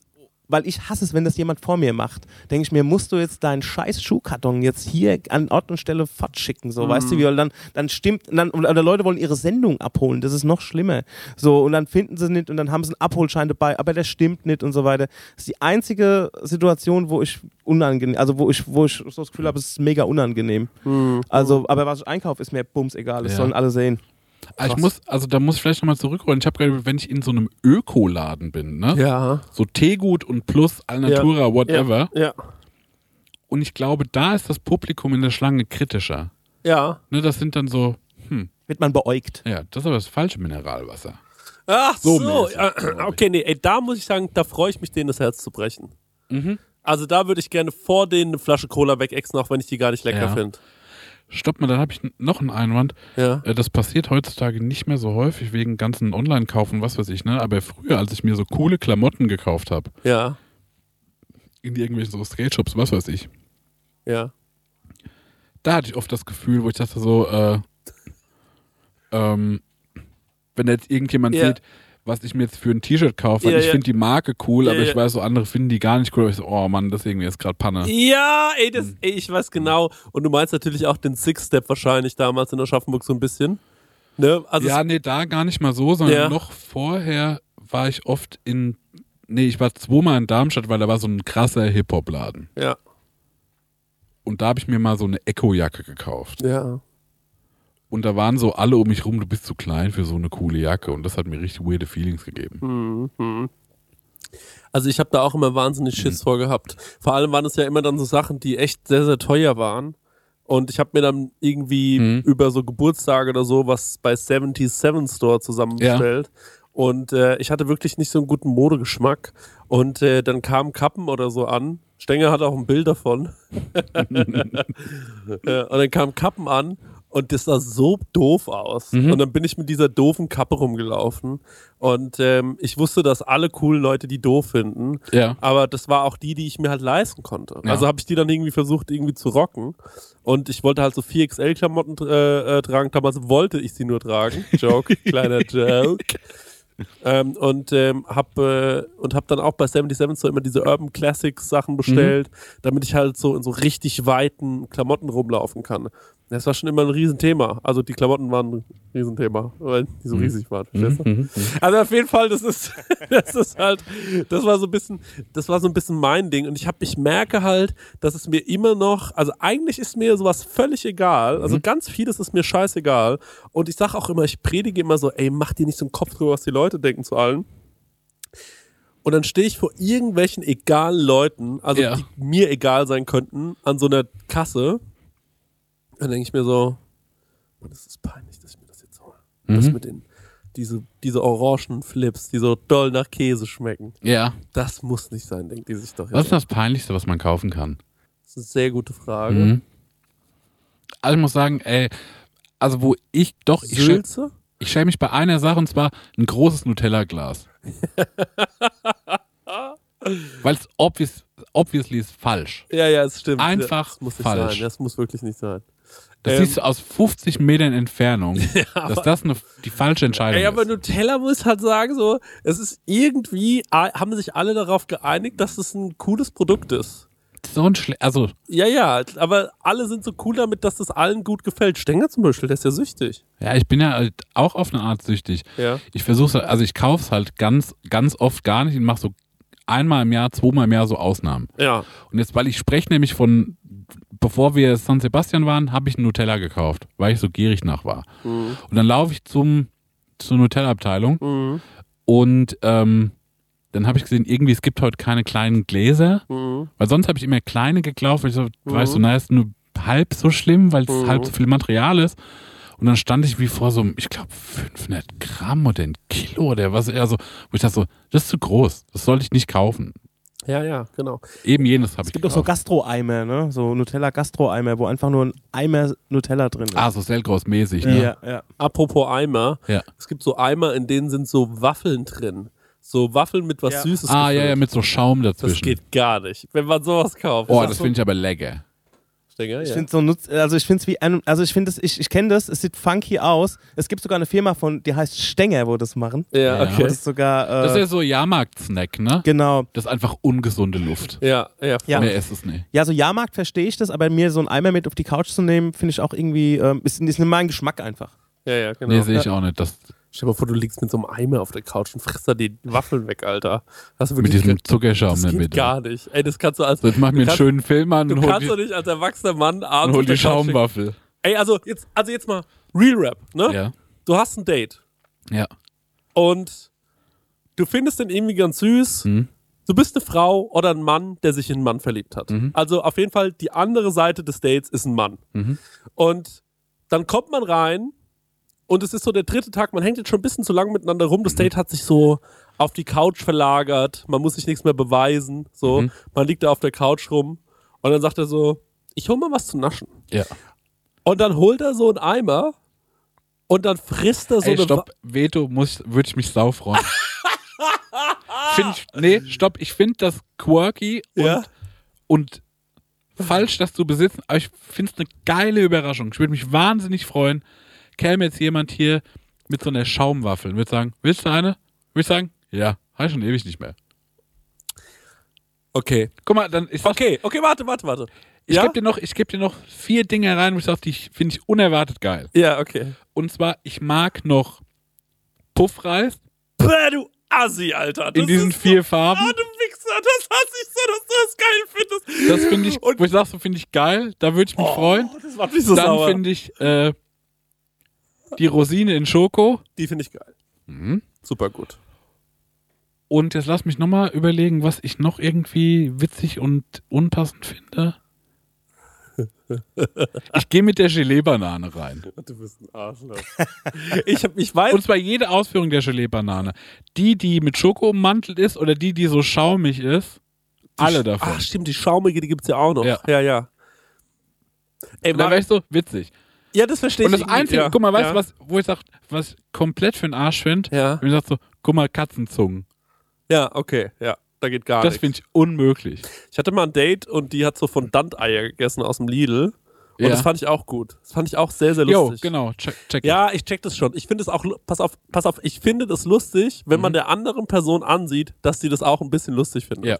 Speaker 5: weil ich hasse es, wenn das jemand vor mir macht. Denke ich mir, musst du jetzt deinen scheiß Schuhkarton jetzt hier an Ort und Stelle fortschicken, so, weißt du, wie, weil dann, dann stimmt, dann, oder Leute wollen ihre Sendung abholen, das ist noch schlimmer, so, und dann finden sie es nicht und dann haben sie einen Abholschein dabei, aber der stimmt nicht und so weiter. Das ist die einzige Situation, wo ich unangenehm, also wo ich, wo ich so das Gefühl habe, es ist mega unangenehm. Also, aber was ich einkaufe, ist mir bums egal, das
Speaker 3: Ja.
Speaker 5: sollen alle sehen.
Speaker 3: Ah, Ich muss, also da muss ich vielleicht nochmal zurückrollen. Ich habe gerade, wenn ich in so einem Ökoladen bin, ne?
Speaker 2: Ja.
Speaker 3: So Teegut und Plus, Alnatura, whatever.
Speaker 2: Ja.
Speaker 3: Und ich glaube, da ist das Publikum in der Schlange kritischer.
Speaker 2: Ja.
Speaker 3: Ne, das sind dann so, hm,
Speaker 5: Wird man beäugt.
Speaker 3: ja, das ist aber das falsche Mineralwasser.
Speaker 2: Ach so,
Speaker 3: So mäßig,
Speaker 2: äh,
Speaker 3: glaub ich.
Speaker 2: okay, nee, ey, da muss ich sagen, da freue ich mich, denen das Herz zu brechen.
Speaker 3: Mhm.
Speaker 2: Also da würde ich gerne vor denen eine Flasche Cola wegexen, auch wenn ich die gar nicht lecker
Speaker 3: Ja.
Speaker 2: finde.
Speaker 3: Stopp mal, dann habe ich n- noch einen Einwand.
Speaker 2: Ja.
Speaker 3: Äh, Das passiert heutzutage nicht mehr so häufig wegen ganzen Online-Kaufen, was weiß ich, ne? Aber früher, als ich mir so coole Klamotten gekauft habe,
Speaker 2: Ja,
Speaker 3: in irgendwelchen so Skate-Shops, was weiß ich,
Speaker 2: ja.
Speaker 3: da hatte ich oft das Gefühl, wo ich dachte so, äh, ähm, wenn jetzt irgendjemand
Speaker 2: Ja.
Speaker 3: sieht, was ich mir jetzt für ein T-Shirt kaufe, weil
Speaker 2: Ja,
Speaker 3: ich
Speaker 2: ja.
Speaker 3: finde die Marke cool,
Speaker 2: Ja,
Speaker 3: aber
Speaker 2: ja.
Speaker 3: ich weiß, so andere finden die gar nicht cool. Aber ich so, oh Mann, das ist irgendwie jetzt gerade Panne.
Speaker 2: Ja, ey,
Speaker 3: Hm.
Speaker 2: das, ey, ich weiß genau. Und du meinst natürlich auch den Six-Step wahrscheinlich damals in Aschaffenburg so ein bisschen. Ne? Also
Speaker 3: ja,
Speaker 2: es-
Speaker 3: nee, da gar nicht mal so, sondern
Speaker 2: Ja.
Speaker 3: noch vorher war ich oft in, nee, ich war zweimal in Darmstadt, weil da war so ein krasser Hip-Hop-Laden.
Speaker 2: ja,
Speaker 3: Und da habe ich mir mal so eine Echo-Jacke gekauft.
Speaker 2: ja.
Speaker 3: Und da waren so alle um mich rum, du bist zu klein für so eine coole Jacke. Und das hat mir richtig weirde Feelings gegeben.
Speaker 2: Hm. Mhm. Also ich habe da auch immer wahnsinnig Schiss vor gehabt. Vor allem waren es ja immer dann so Sachen, die echt sehr, sehr teuer waren. Und ich habe mir dann irgendwie
Speaker 3: Mhm.
Speaker 2: über so Geburtstage oder so was bei 77 Store zusammenbestellt. Und äh, ich hatte wirklich nicht so einen guten Modegeschmack. Und äh, dann kamen Kappen oder so an. Stenger hat auch ein Bild davon. Äh, und dann kamen Kappen an und das sah so doof aus. Und dann bin ich mit dieser doofen Kappe rumgelaufen. Und ähm, ich wusste, dass alle coolen Leute die doof finden.
Speaker 3: Ja.
Speaker 2: Aber das war auch die, die ich mir halt leisten konnte.
Speaker 3: Ja.
Speaker 2: Also habe ich die dann irgendwie versucht, irgendwie zu rocken. Und ich wollte halt so 4XL-Klamotten äh, äh, tragen. Damals wollte ich sie nur tragen. Joke, kleiner Joke. Ähm, und ähm, hab, äh, und hab dann auch bei 77 so immer diese Urban Classics
Speaker 3: Mhm.
Speaker 2: Sachen bestellt, damit ich halt so in so richtig weiten Klamotten rumlaufen kann. Das war schon immer ein Riesenthema. Also die Klamotten waren ein Riesenthema, weil die
Speaker 3: Mhm.
Speaker 2: so riesig waren. verstehst du? Also auf jeden Fall, das ist, das ist halt, das war so ein bisschen, das war so ein bisschen mein Ding. Und ich habe, ich merke halt, dass es mir immer noch, also eigentlich ist mir sowas völlig egal. Also ganz vieles ist mir scheißegal. Und ich sage auch immer, ich predige immer so, ey, mach dir nicht so einen Kopf drüber, was die Leute denken zu allen. Und dann stehe ich vor irgendwelchen egalen Leuten, also
Speaker 3: Ja.
Speaker 2: die mir egal sein könnten, an so einer Kasse. Dann denke ich mir so, Mann, das ist peinlich, dass ich mir das jetzt hole.
Speaker 3: Mhm.
Speaker 2: Das mit den, diese, diese orangen Flips, die so doll nach Käse schmecken.
Speaker 3: Ja.
Speaker 2: Das muss nicht sein, denkt die sich doch
Speaker 3: Was
Speaker 2: jetzt.
Speaker 3: ist das Peinlichste, was man kaufen kann?
Speaker 2: Das ist eine sehr gute Frage.
Speaker 3: Mhm. Also ich muss sagen, ey, also wo ich doch, ich, schä
Speaker 2: Sülze?
Speaker 3: ich schäme mich bei einer Sache und zwar ein großes Nutella-Glas. Weil es obvious, obviously ist falsch.
Speaker 2: Ja, ja, es stimmt.
Speaker 3: Einfach
Speaker 2: das muss nicht
Speaker 3: falsch.
Speaker 2: sein. Das muss wirklich nicht sein.
Speaker 3: Das
Speaker 2: Ähm.
Speaker 3: siehst du aus 50 Metern Entfernung, dass das eine, die falsche Entscheidung
Speaker 2: Ey, aber
Speaker 3: ist.
Speaker 2: Nutella muss halt sagen, so, es ist irgendwie, a- haben sich alle darauf geeinigt, dass es ein cooles Produkt ist.
Speaker 3: So ein Schle also,
Speaker 2: Ja, ja, aber alle sind so cool damit, dass das allen gut gefällt. Stenger zum Beispiel, der ist ja süchtig.
Speaker 3: ja, ich bin ja halt auch auf eine Art süchtig.
Speaker 2: Ja.
Speaker 3: halt Ich versuche also ich kaufe es halt ganz, ganz oft gar nicht und mache so einmal im Jahr, zweimal im Jahr so Ausnahmen.
Speaker 2: Ja.
Speaker 3: Und jetzt, weil ich spreche nämlich von, bevor wir San Sebastian waren, habe ich einen Nutella gekauft, weil ich so gierig nach war.
Speaker 2: Mhm.
Speaker 3: Und dann laufe ich zum, zur Nutella-Abteilung
Speaker 2: Mhm.
Speaker 3: und ähm, dann habe ich gesehen, irgendwie, es gibt heute keine kleinen Gläser,
Speaker 2: Mhm.
Speaker 3: weil sonst habe ich immer kleine gekauft, weil ich so, weißt du, na, ist nur halb so schlimm, weil es halb so viel Material ist. Und dann stand ich wie vor so einem, ich glaube, 500 Gramm oder ein Kilo oder was, also, wo ich dachte so, das ist zu groß, das sollte ich nicht kaufen.
Speaker 2: Ja, ja, genau.
Speaker 3: Eben jenes habe
Speaker 5: Es
Speaker 3: ich
Speaker 5: gibt auch so
Speaker 3: gekauft.
Speaker 5: Gastro-Eimer, ne? So Nutella-Gastro-Eimer, wo einfach nur ein Eimer Nutella drin ist.
Speaker 3: Ah, so Selgross-mäßig, ne?
Speaker 5: ja, ja.
Speaker 2: Apropos Eimer.
Speaker 3: Ja.
Speaker 2: Es gibt so Eimer, in denen sind so Waffeln drin. So Waffeln mit was
Speaker 5: Ja.
Speaker 2: Süßes.
Speaker 3: Ah, ja,
Speaker 2: gefüllt.
Speaker 3: ja, mit so Schaum dazwischen.
Speaker 2: Das geht gar nicht. Wenn man sowas kauft.
Speaker 3: oh,
Speaker 2: Ist
Speaker 3: das
Speaker 2: so-
Speaker 3: finde ich aber lecker.
Speaker 2: Ich denke, ja.
Speaker 5: Ich finde so nutz, also ich finde es wie ein, also ich finde es, ich, ich kenne das, es sieht funky aus. Es gibt sogar eine Firma von, die heißt Stenger, wo das machen.
Speaker 2: ja,
Speaker 5: Wo
Speaker 2: okay.
Speaker 5: das sogar, äh,
Speaker 3: Das ist ja so Jahrmarkt-Snack, ne?
Speaker 5: genau.
Speaker 3: Das ist einfach ungesunde Luft.
Speaker 2: Ja, ja.
Speaker 5: Ja.
Speaker 3: Mehr ist es nicht.
Speaker 5: Ja, so Jahrmarkt verstehe ich das, aber mir so einen Eimer mit auf die Couch zu nehmen, finde ich auch irgendwie, ähm, ist, ist nicht mein Geschmack einfach.
Speaker 2: ja, ja, genau.
Speaker 3: Nee, sehe ich auch nicht. Das,
Speaker 2: Stell dir mal vor, du liegst mit so einem Eimer auf der Couch und frisst da die Waffeln weg, Alter. Hast du
Speaker 3: mit
Speaker 2: wirklich
Speaker 3: diesem
Speaker 2: ge-
Speaker 3: Zuckerschaum
Speaker 2: das
Speaker 3: in der
Speaker 2: geht
Speaker 3: Mitte.
Speaker 2: gar nicht. Ey, das kannst du als
Speaker 3: So, jetzt mach ich mir
Speaker 2: du
Speaker 3: einen
Speaker 2: kannst-
Speaker 3: schönen Film an
Speaker 2: Du
Speaker 3: und hol
Speaker 2: kannst doch
Speaker 3: die,
Speaker 2: nicht als erwachsener Mann
Speaker 3: und
Speaker 2: abends
Speaker 3: hol
Speaker 2: auf
Speaker 3: die
Speaker 2: der Couch liegen.
Speaker 3: Schaumwaffel.
Speaker 2: Ey, also jetzt, also jetzt mal Real Rap, ne?
Speaker 3: Ja.
Speaker 2: Du hast ein Date
Speaker 3: Ja.
Speaker 2: und du findest den irgendwie ganz süß.
Speaker 3: Hm.
Speaker 2: Du bist eine Frau oder ein Mann, der sich in einen Mann verliebt hat.
Speaker 3: Mhm.
Speaker 2: Also auf jeden Fall die andere Seite des Dates ist ein Mann.
Speaker 3: Mhm.
Speaker 2: Und dann kommt man rein und es ist so der dritte Tag, man hängt jetzt schon ein bisschen zu lang miteinander rum.
Speaker 3: Mhm.
Speaker 2: Das Date hat sich so auf die Couch verlagert, man muss sich nichts mehr beweisen. So,
Speaker 3: Mhm.
Speaker 2: man liegt da auf der Couch rum und dann sagt er so, ich hol mal was zu naschen.
Speaker 3: Ja.
Speaker 2: Und dann holt er so einen Eimer und dann frisst er so
Speaker 3: Ey,
Speaker 2: eine
Speaker 3: stopp. Veto muss, würde ich mich saufreuen. find ich, nee, stopp. Ich finde das quirky
Speaker 2: Wa-
Speaker 3: und,
Speaker 2: ja?
Speaker 3: und falsch, das zu besitzen, aber ich finde es eine geile Überraschung. Ich würde mich wahnsinnig freuen, käme jetzt jemand hier mit so einer Schaumwaffel und würde sagen, willst du eine? Würde ich sagen, ja, habe ich schon ewig nicht mehr.
Speaker 2: Okay.
Speaker 3: Guck mal, dann ich, sag-
Speaker 2: Okay, okay, warte, warte, warte.
Speaker 3: ich
Speaker 2: ja?
Speaker 3: gebe dir noch, ich gebe dir noch vier Dinge rein, wo ich sage, die finde ich unerwartet geil.
Speaker 2: Ja, okay.
Speaker 3: Und zwar, ich mag noch Puffreis
Speaker 2: Bäh, du Assi, Alter. Das
Speaker 3: in diesen
Speaker 2: ist
Speaker 3: vier
Speaker 2: So, ah,
Speaker 3: Farben.
Speaker 2: du Wichser, das hasse ich so, dass du das geil findest.
Speaker 3: Das finde ich,
Speaker 2: Und-
Speaker 3: wo ich sage, so finde ich geil. Da würde ich mich freuen.
Speaker 2: Oh, das macht mich so
Speaker 3: Dann
Speaker 2: sauer.
Speaker 3: finde ich äh, die Rosine in Schoko.
Speaker 2: Die finde ich geil.
Speaker 3: Mhm.
Speaker 2: Super gut.
Speaker 3: Und jetzt lass mich nochmal überlegen, was ich noch irgendwie witzig und unpassend finde. Ich gehe mit der Gelee-Banane rein.
Speaker 2: Du bist ein Arschloch. ich, hab, ich weiß.
Speaker 3: Und zwar jede Ausführung der Gelee-Banane. Die, die mit Schoko ummantelt ist oder die, die so schaumig ist. Alle davon.
Speaker 2: Ach, Ah, stimmt, die Schaumige, die gibt's ja auch noch.
Speaker 3: Ja.
Speaker 2: Ja, ja. Ey,
Speaker 3: Und da
Speaker 2: Mar
Speaker 3: wäre ich so witzig.
Speaker 2: ja, das verstehe ich.
Speaker 3: Und das
Speaker 2: irgendwie,
Speaker 3: Einzige,
Speaker 2: ja.
Speaker 3: guck mal, weißt
Speaker 2: ja.
Speaker 3: du, was, wo ich sag, was ich komplett für den Arsch finde?
Speaker 2: Ja.
Speaker 3: Wenn ich sag so, guck mal, Katzenzungen.
Speaker 2: Ja, okay, ja. Da geht gar
Speaker 3: Das
Speaker 2: nichts.
Speaker 3: finde ich unmöglich.
Speaker 2: Ich hatte mal ein Date und die hat so Fondant-Eier gegessen aus dem Lidl. Und
Speaker 3: Ja.
Speaker 2: das fand ich auch gut. Das fand ich auch sehr, sehr
Speaker 3: Jo,
Speaker 2: lustig.
Speaker 3: genau, check, check.
Speaker 2: Ja, ich check das schon. Ich finde es auch, lu- pass auf, pass auf, ich finde das lustig, wenn
Speaker 3: Mhm.
Speaker 2: man der anderen Person ansieht, dass sie das auch ein bisschen lustig findet.
Speaker 3: Ja.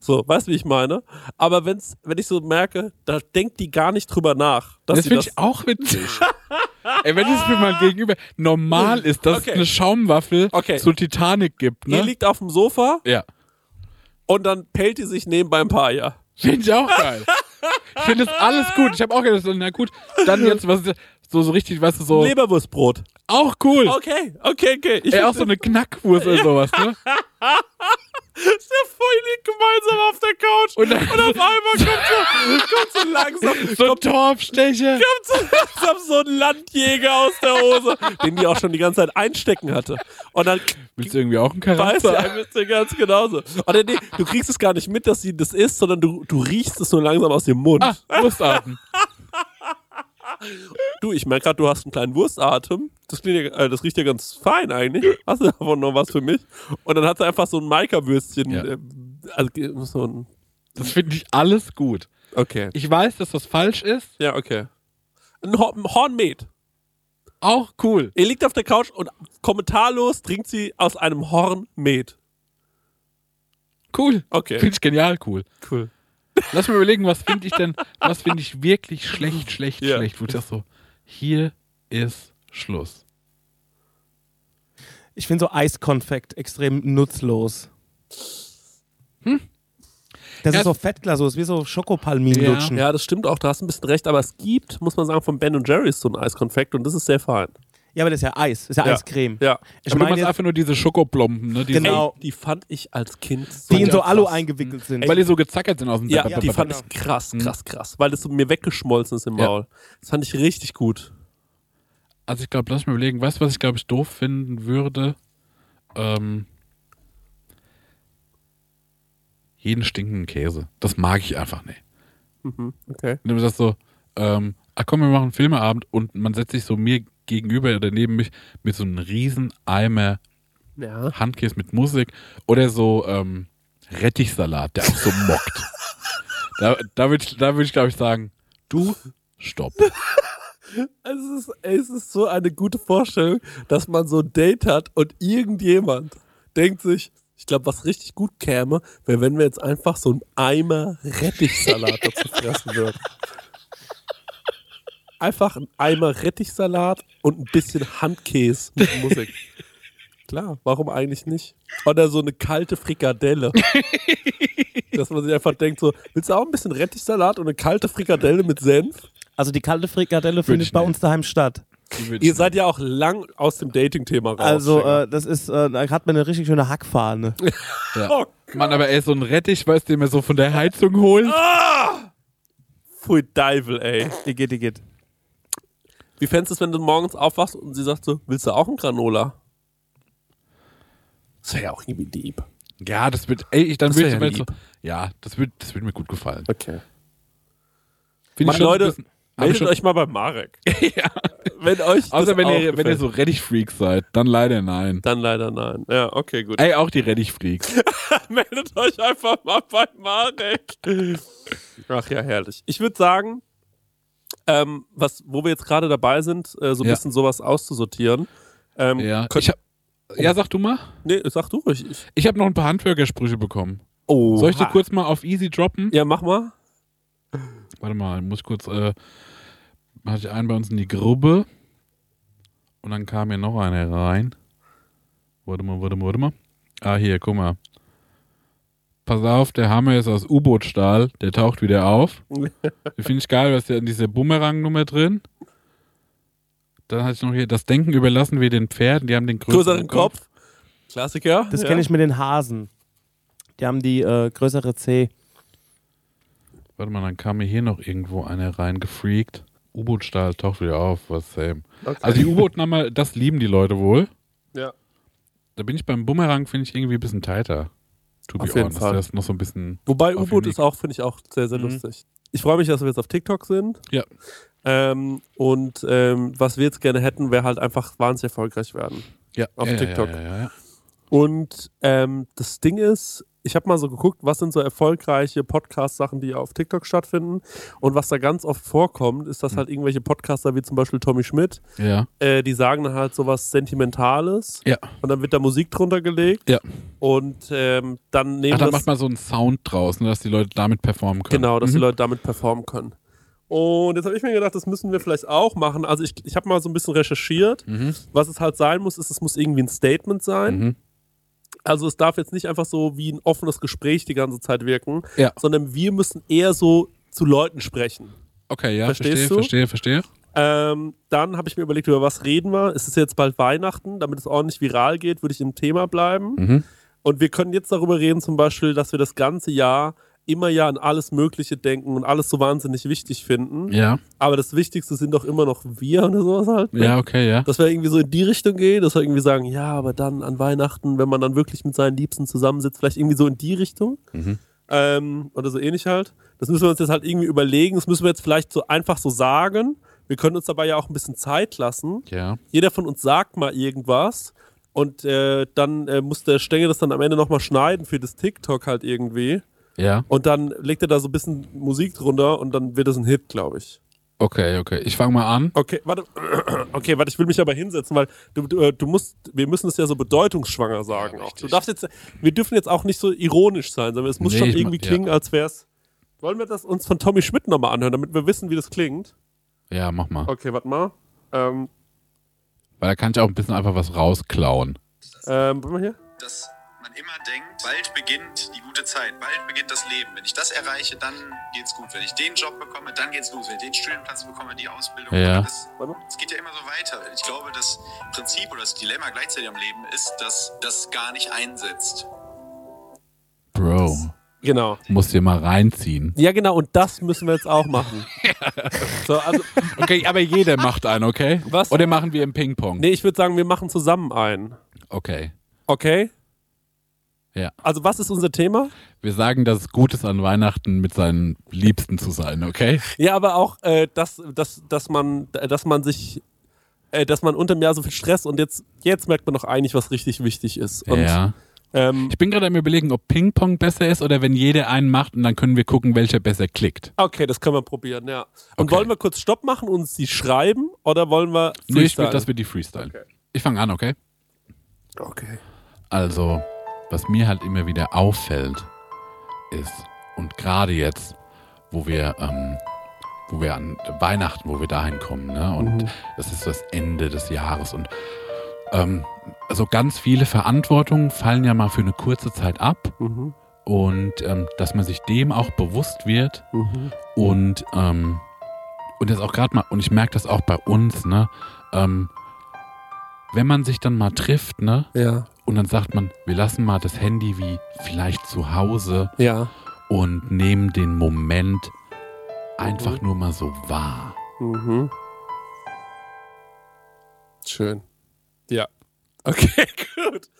Speaker 2: So, weißt du, wie ich meine? Aber wenn's, wenn ich so merke, da denkt die gar nicht drüber nach. Dass
Speaker 3: das
Speaker 2: sie
Speaker 3: finde ich auch witzig. Ey, wenn es mir mal gegenüber normal ist, dass
Speaker 2: Oh, Okay.
Speaker 3: es eine Schaumwaffel
Speaker 2: Okay.
Speaker 3: zu Titanic gibt,
Speaker 2: Ihr
Speaker 3: ne?
Speaker 2: liegt auf dem Sofa
Speaker 3: Ja.
Speaker 2: und dann pellt die sich nebenbei ein paar Eier.
Speaker 3: Finde ich auch geil. ich finde das alles gut. Ich habe auch gedacht, so, na gut, dann jetzt was so, so richtig, weißt du, so
Speaker 2: Leberwurstbrot.
Speaker 3: auch cool.
Speaker 2: Okay, okay, okay. Ich
Speaker 3: Ey, auch so eine Knackwurst oder sowas, ne?
Speaker 2: der vorhin gemeinsam auf der Couch
Speaker 3: Und
Speaker 2: und,
Speaker 3: dann-
Speaker 2: auf einmal kommt so, kommt so langsam,
Speaker 3: So ein Torfstecher.
Speaker 2: kommt so langsam so ein Landjäger aus der Hose, den die auch schon die ganze Zeit einstecken hatte. Und dann
Speaker 3: Willst du irgendwie auch einen
Speaker 2: weißt du
Speaker 3: Charakter?
Speaker 2: ein bisschen ganz genauso. Oder nee, du kriegst es gar nicht mit, dass sie das isst, sondern du, du riechst es nur langsam aus dem Mund.
Speaker 3: Ah, Wurstarten.
Speaker 2: Du, ich merke gerade, du hast einen kleinen Wurstatem. Das, klingt ja, äh, das riecht ja ganz fein eigentlich. Hast du davon noch was für mich? Und dann hat sie einfach so ein Maika-Würstchen.
Speaker 3: Ja.
Speaker 2: äh, Also ge- so ein.
Speaker 3: Das finde ich alles gut.
Speaker 2: Okay.
Speaker 3: Ich weiß, dass das falsch ist.
Speaker 2: Ja, okay. Ein Ho- ein Hornmet.
Speaker 3: Auch cool.
Speaker 2: Er liegt auf der Couch und kommentarlos trinkt sie aus einem Hornmet.
Speaker 3: Cool.
Speaker 2: Okay.
Speaker 3: Finde ich genial cool.
Speaker 2: Cool.
Speaker 3: Lass mir überlegen, was finde ich denn, was finde ich wirklich schlecht, schlecht,
Speaker 2: Ja.
Speaker 3: schlecht. Wo ich das so, hier ist Schluss.
Speaker 5: Ich finde so Eiskonfekt extrem nutzlos. Das
Speaker 3: Hm. Ja.
Speaker 5: ist so Fettglasur, ist wie so Schokopalmin
Speaker 3: Ja.
Speaker 5: lutschen.
Speaker 2: Ja, das stimmt auch, da hast du ein bisschen recht, aber es gibt, muss man sagen, von Ben Jerry's so ein Eiskonfekt und das ist sehr fein.
Speaker 5: Ja, aber das ist ja Eis, das ist ja, Eiscreme.
Speaker 2: Ja.
Speaker 5: Ich
Speaker 3: Aber du
Speaker 5: meine,
Speaker 3: machst
Speaker 5: jetzt,
Speaker 3: einfach nur diese Schokoblomben, ne? Diese,
Speaker 5: Genau.
Speaker 2: Die fand ich als Kind so
Speaker 5: die in so
Speaker 2: krass.
Speaker 5: Alu eingewickelt sind.
Speaker 3: Mhm. Weil die so gezackert sind aus dem
Speaker 2: Ja,
Speaker 3: Zap-
Speaker 2: die
Speaker 3: Zap-
Speaker 2: fand
Speaker 3: Zap-
Speaker 2: ich krass, krass, krass, weil das so mir weggeschmolzen ist im
Speaker 3: Ja.
Speaker 2: Maul. Das fand ich richtig gut.
Speaker 3: Also ich glaube, lass mich mal überlegen, weißt du, was ich glaube ich doof finden würde? Ähm, jeden stinkenden Käse. Das mag ich einfach nicht.
Speaker 2: Okay.
Speaker 3: Wenn du sagst so, ähm, ach komm, wir machen einen Filmeabend und man setzt sich so mir gegenüber oder neben mich mit so einem riesen Eimer
Speaker 2: Ja.
Speaker 3: Handkäse mit Musik oder so ähm, Rettichsalat, der auch so mockt. Da, da würde ich, da würd ich glaube ich, sagen, du, stopp.
Speaker 2: Es ist, es ist so eine gute Vorstellung, dass man so ein Date hat und irgendjemand denkt sich, ich glaube, was richtig gut käme, wäre, wenn wir jetzt einfach so einen Eimer Rettichsalat dazu fressen würden. Einfach ein Eimer Rettichsalat und ein bisschen Handkäse mit Musik. Klar, warum eigentlich nicht? Oder so eine kalte Frikadelle. Dass man sich einfach denkt, so, willst du auch ein bisschen Rettichsalat und eine kalte Frikadelle mit Senf?
Speaker 5: Also die kalte Frikadelle findet
Speaker 3: ich
Speaker 5: bei
Speaker 3: nicht.
Speaker 5: uns daheim statt.
Speaker 3: Die würd ich
Speaker 2: Ihr seid ja auch lang aus dem Dating-Thema raus.
Speaker 5: Also
Speaker 2: Schenker.
Speaker 5: äh, das ist, äh, da hat man eine richtig schöne Hackfahne.
Speaker 3: Ja.
Speaker 2: Oh
Speaker 3: Mann, aber er ist so ein Rettich, weißt du, den man so von der Heizung holt.
Speaker 2: Pfui Deivel, ey.
Speaker 5: Die geht, die geht.
Speaker 2: Wie fändest du es, wenn du morgens aufwachst und sie sagt so, willst du auch ein Granola? Das wäre ja auch irgendwie lieb.
Speaker 3: Ja, das wird, ey, ich, dann
Speaker 2: Das
Speaker 3: würde ich
Speaker 2: wär ja
Speaker 3: mal so, ja, das wird, das wird mir gut gefallen.
Speaker 2: Okay.
Speaker 3: Find
Speaker 2: Mann,
Speaker 3: ich schon
Speaker 2: Leute,
Speaker 3: ein bisschen- hab ich
Speaker 2: Meldet
Speaker 3: schon-
Speaker 2: euch mal bei Marek.
Speaker 3: ja.
Speaker 2: Wenn euch das
Speaker 3: Außer wenn
Speaker 2: auch
Speaker 3: ihr, wenn ihr
Speaker 2: gefällt.
Speaker 3: so Rettich-Freaks seid, dann leider nein.
Speaker 2: Dann leider nein. Ja, okay, gut.
Speaker 3: Ey, auch die Rettich-Freaks.
Speaker 2: Meldet euch einfach mal bei Marek. Ach ja, herrlich. Ich würde sagen, ähm, was, wo wir jetzt gerade dabei sind, äh, so ein
Speaker 3: Ja.
Speaker 2: bisschen sowas auszusortieren. Ähm,
Speaker 3: ja.
Speaker 2: könnt-
Speaker 3: Ich hab, ja, sag du mal.
Speaker 2: nee, sag du ruhig. Ich,
Speaker 3: Ich habe noch ein paar Handwerkersprüche bekommen.
Speaker 2: oh,
Speaker 3: Soll ich die kurz mal auf easy droppen?
Speaker 2: Ja, mach mal.
Speaker 3: Warte mal, ich muss kurz. Äh, hatte ich einen bei uns in die Gruppe. Und dann kam hier noch einer rein. Warte mal, warte mal, warte mal. Ah, hier, guck mal. Pass auf, der Hammer ist aus U-Boot-Stahl. Der taucht wieder auf. Finde ich geil, was ist ja in dieser Bumerang-Nummer drin. Dann hatte ich noch hier das Denken überlassen wir den Pferden. Die haben den größeren,
Speaker 2: Größeren Kopf. Klassiker.
Speaker 5: Das
Speaker 2: ja.
Speaker 5: kenne ich mit den Hasen. Die haben die äh, größere Zeh.
Speaker 3: Warte mal, dann kam mir hier noch irgendwo einer rein, gefreakt. U-Boot-Stahl taucht wieder auf, was same. Also die U-Boot-Nummer, das lieben die Leute wohl.
Speaker 2: Ja.
Speaker 3: Da bin ich beim Bumerang, finde ich irgendwie ein bisschen tighter. To be
Speaker 2: Auf jeden
Speaker 3: honest.
Speaker 2: Fall.
Speaker 3: Das ist noch so ein bisschen.
Speaker 2: Wobei
Speaker 3: Auf
Speaker 2: U-Boot
Speaker 3: Unique.
Speaker 2: ist auch, finde ich auch sehr, sehr lustig. Ich freue mich, dass wir jetzt auf TikTok sind.
Speaker 3: Ja.
Speaker 2: Ähm, und ähm, was wir jetzt gerne hätten, wäre halt einfach wahnsinnig erfolgreich werden.
Speaker 3: Ja,
Speaker 2: Auf
Speaker 3: ja,
Speaker 2: TikTok.
Speaker 3: Ja, ja, ja.
Speaker 2: Und ähm, das Ding ist, ich habe mal so geguckt, was sind so erfolgreiche Podcast-Sachen, die auf TikTok stattfinden. Und was da ganz oft vorkommt, ist, dass halt irgendwelche Podcaster wie zum Beispiel Tommy Schmidt,
Speaker 3: ja. ja.
Speaker 2: äh, die sagen dann halt sowas Sentimentales
Speaker 3: Ja.
Speaker 2: und dann wird da Musik drunter gelegt
Speaker 3: Ja.
Speaker 2: und ähm, dann nehmen
Speaker 3: Ach, dann
Speaker 2: das
Speaker 3: macht man so einen Sound draus, ne, dass die Leute damit performen können.
Speaker 2: Genau, dass die
Speaker 3: Mhm.
Speaker 2: Leute damit performen können. Und jetzt habe ich mir gedacht, das müssen wir vielleicht auch machen. Also ich, ich habe mal so ein bisschen recherchiert.
Speaker 3: Mhm.
Speaker 2: Was es halt sein muss, ist, es muss irgendwie ein Statement sein.
Speaker 3: Mhm.
Speaker 2: Also es darf jetzt nicht einfach so wie ein offenes Gespräch die ganze Zeit wirken,
Speaker 3: Ja.
Speaker 2: sondern wir müssen eher so zu Leuten sprechen.
Speaker 3: Okay, ja,
Speaker 2: Verstehst
Speaker 3: verstehe,
Speaker 2: du?
Speaker 3: verstehe, verstehe.
Speaker 2: Ähm, dann habe ich mir überlegt, über was reden wir. Es ist jetzt bald Weihnachten, damit es ordentlich viral geht, würde ich im Thema bleiben.
Speaker 3: Mhm.
Speaker 2: Und wir können jetzt darüber reden, zum Beispiel, dass wir das ganze Jahr immer ja an alles Mögliche denken und alles so wahnsinnig wichtig finden.
Speaker 3: Ja.
Speaker 2: Aber das Wichtigste sind doch immer noch wir oder sowas halt. ne?
Speaker 3: Ja, okay, ja.
Speaker 2: Dass wir irgendwie so in die Richtung gehen, dass wir irgendwie sagen, ja, aber dann an Weihnachten, wenn man dann wirklich mit seinen Liebsten zusammensitzt, vielleicht irgendwie so in die Richtung.
Speaker 3: Mhm.
Speaker 2: Ähm, oder so ähnlich halt. Das müssen wir uns jetzt halt irgendwie überlegen. Das müssen wir jetzt vielleicht so einfach so sagen. Wir können uns dabei ja auch ein bisschen Zeit lassen.
Speaker 3: Ja.
Speaker 2: Jeder von uns sagt mal irgendwas. Und äh, dann äh, muss der Stenge das dann am Ende nochmal schneiden für das TikTok halt irgendwie.
Speaker 3: Ja.
Speaker 2: Und dann legt er da so ein bisschen Musik drunter und dann wird es ein Hit, glaube ich.
Speaker 3: Okay, okay. Ich fange mal an.
Speaker 2: Okay, warte. Okay, warte, ich will mich aber hinsetzen, weil du, du, äh, du musst, wir müssen es ja so bedeutungsschwanger sagen. auch. Du darfst jetzt, wir dürfen jetzt auch nicht so ironisch sein, sondern es muss
Speaker 3: Nee,
Speaker 2: schon
Speaker 3: ich
Speaker 2: irgendwie
Speaker 3: mein, ja.
Speaker 2: klingen, als wär's. Wollen wir das uns von Tommy Schmidt nochmal anhören, damit wir wissen, wie das klingt?
Speaker 3: Ja, mach mal.
Speaker 2: Okay, warte mal. Ähm,
Speaker 3: Weil da kann ich auch ein bisschen einfach was rausklauen.
Speaker 2: ähm, warte mal hier.
Speaker 7: dass man immer denkt, bald beginnt die gute Zeit, bald beginnt das Leben. Wenn ich das erreiche, dann geht's gut. Wenn ich den Job bekomme, dann geht's los. Wenn ich den Studienplatz bekomme, die Ausbildung.
Speaker 3: Ja.
Speaker 7: Das, es geht ja immer so weiter. Ich glaube, das Prinzip oder das Dilemma gleichzeitig am Leben ist, dass das gar nicht einsetzt.
Speaker 3: Bro,
Speaker 2: Genau.
Speaker 3: musst dir mal reinziehen.
Speaker 2: Ja, genau, und das müssen wir jetzt auch machen. so, also,
Speaker 3: Okay, aber jeder macht einen, okay?
Speaker 2: Was?
Speaker 3: Oder machen wir im Ping-Pong?
Speaker 2: nee, ich würde sagen, wir machen zusammen einen.
Speaker 3: Okay.
Speaker 2: Okay?
Speaker 3: Ja.
Speaker 2: Also, was ist unser Thema?
Speaker 3: Wir sagen, dass es gut ist, an Weihnachten mit seinen Liebsten zu sein, okay?
Speaker 2: Ja, aber auch, äh, dass, dass, dass, man, dass man sich, äh, dass man unter dem Jahr so viel Stress und jetzt, jetzt merkt man doch eigentlich, was richtig wichtig ist. Und,
Speaker 3: ja.
Speaker 2: ähm,
Speaker 3: Ich bin gerade am überlegen, ob Ping-Pong besser ist oder wenn jeder einen macht und dann können wir gucken, welcher besser klickt.
Speaker 2: okay, das können wir probieren, ja. Und
Speaker 3: Okay.
Speaker 2: wollen wir kurz Stopp machen und sie schreiben oder wollen wir.
Speaker 3: Nee, ich will,
Speaker 2: Freestyle?
Speaker 3: dass wir die Freestyle. Ich fange an, okay?
Speaker 2: Okay.
Speaker 3: Also, was mir halt immer wieder auffällt, ist, und gerade jetzt, wo wir, ähm, wo wir an Weihnachten, wo wir dahin kommen, ne? Und das ist das Ende des Jahres und ähm, also ganz viele Verantwortungen fallen ja mal für eine kurze Zeit ab
Speaker 2: Mhm.
Speaker 3: und ähm, dass man sich dem auch bewusst wird
Speaker 2: Mhm.
Speaker 3: und ähm, und das auch gerade mal und ich merke das auch bei uns, ne? Ähm, wenn man sich dann mal trifft, ne?
Speaker 2: Ja.
Speaker 3: Und dann sagt man, wir lassen mal das Handy wie vielleicht zu Hause
Speaker 2: Ja.
Speaker 3: und nehmen den Moment einfach nur mal so wahr.
Speaker 2: Mhm. Schön. Ja. Okay, gut.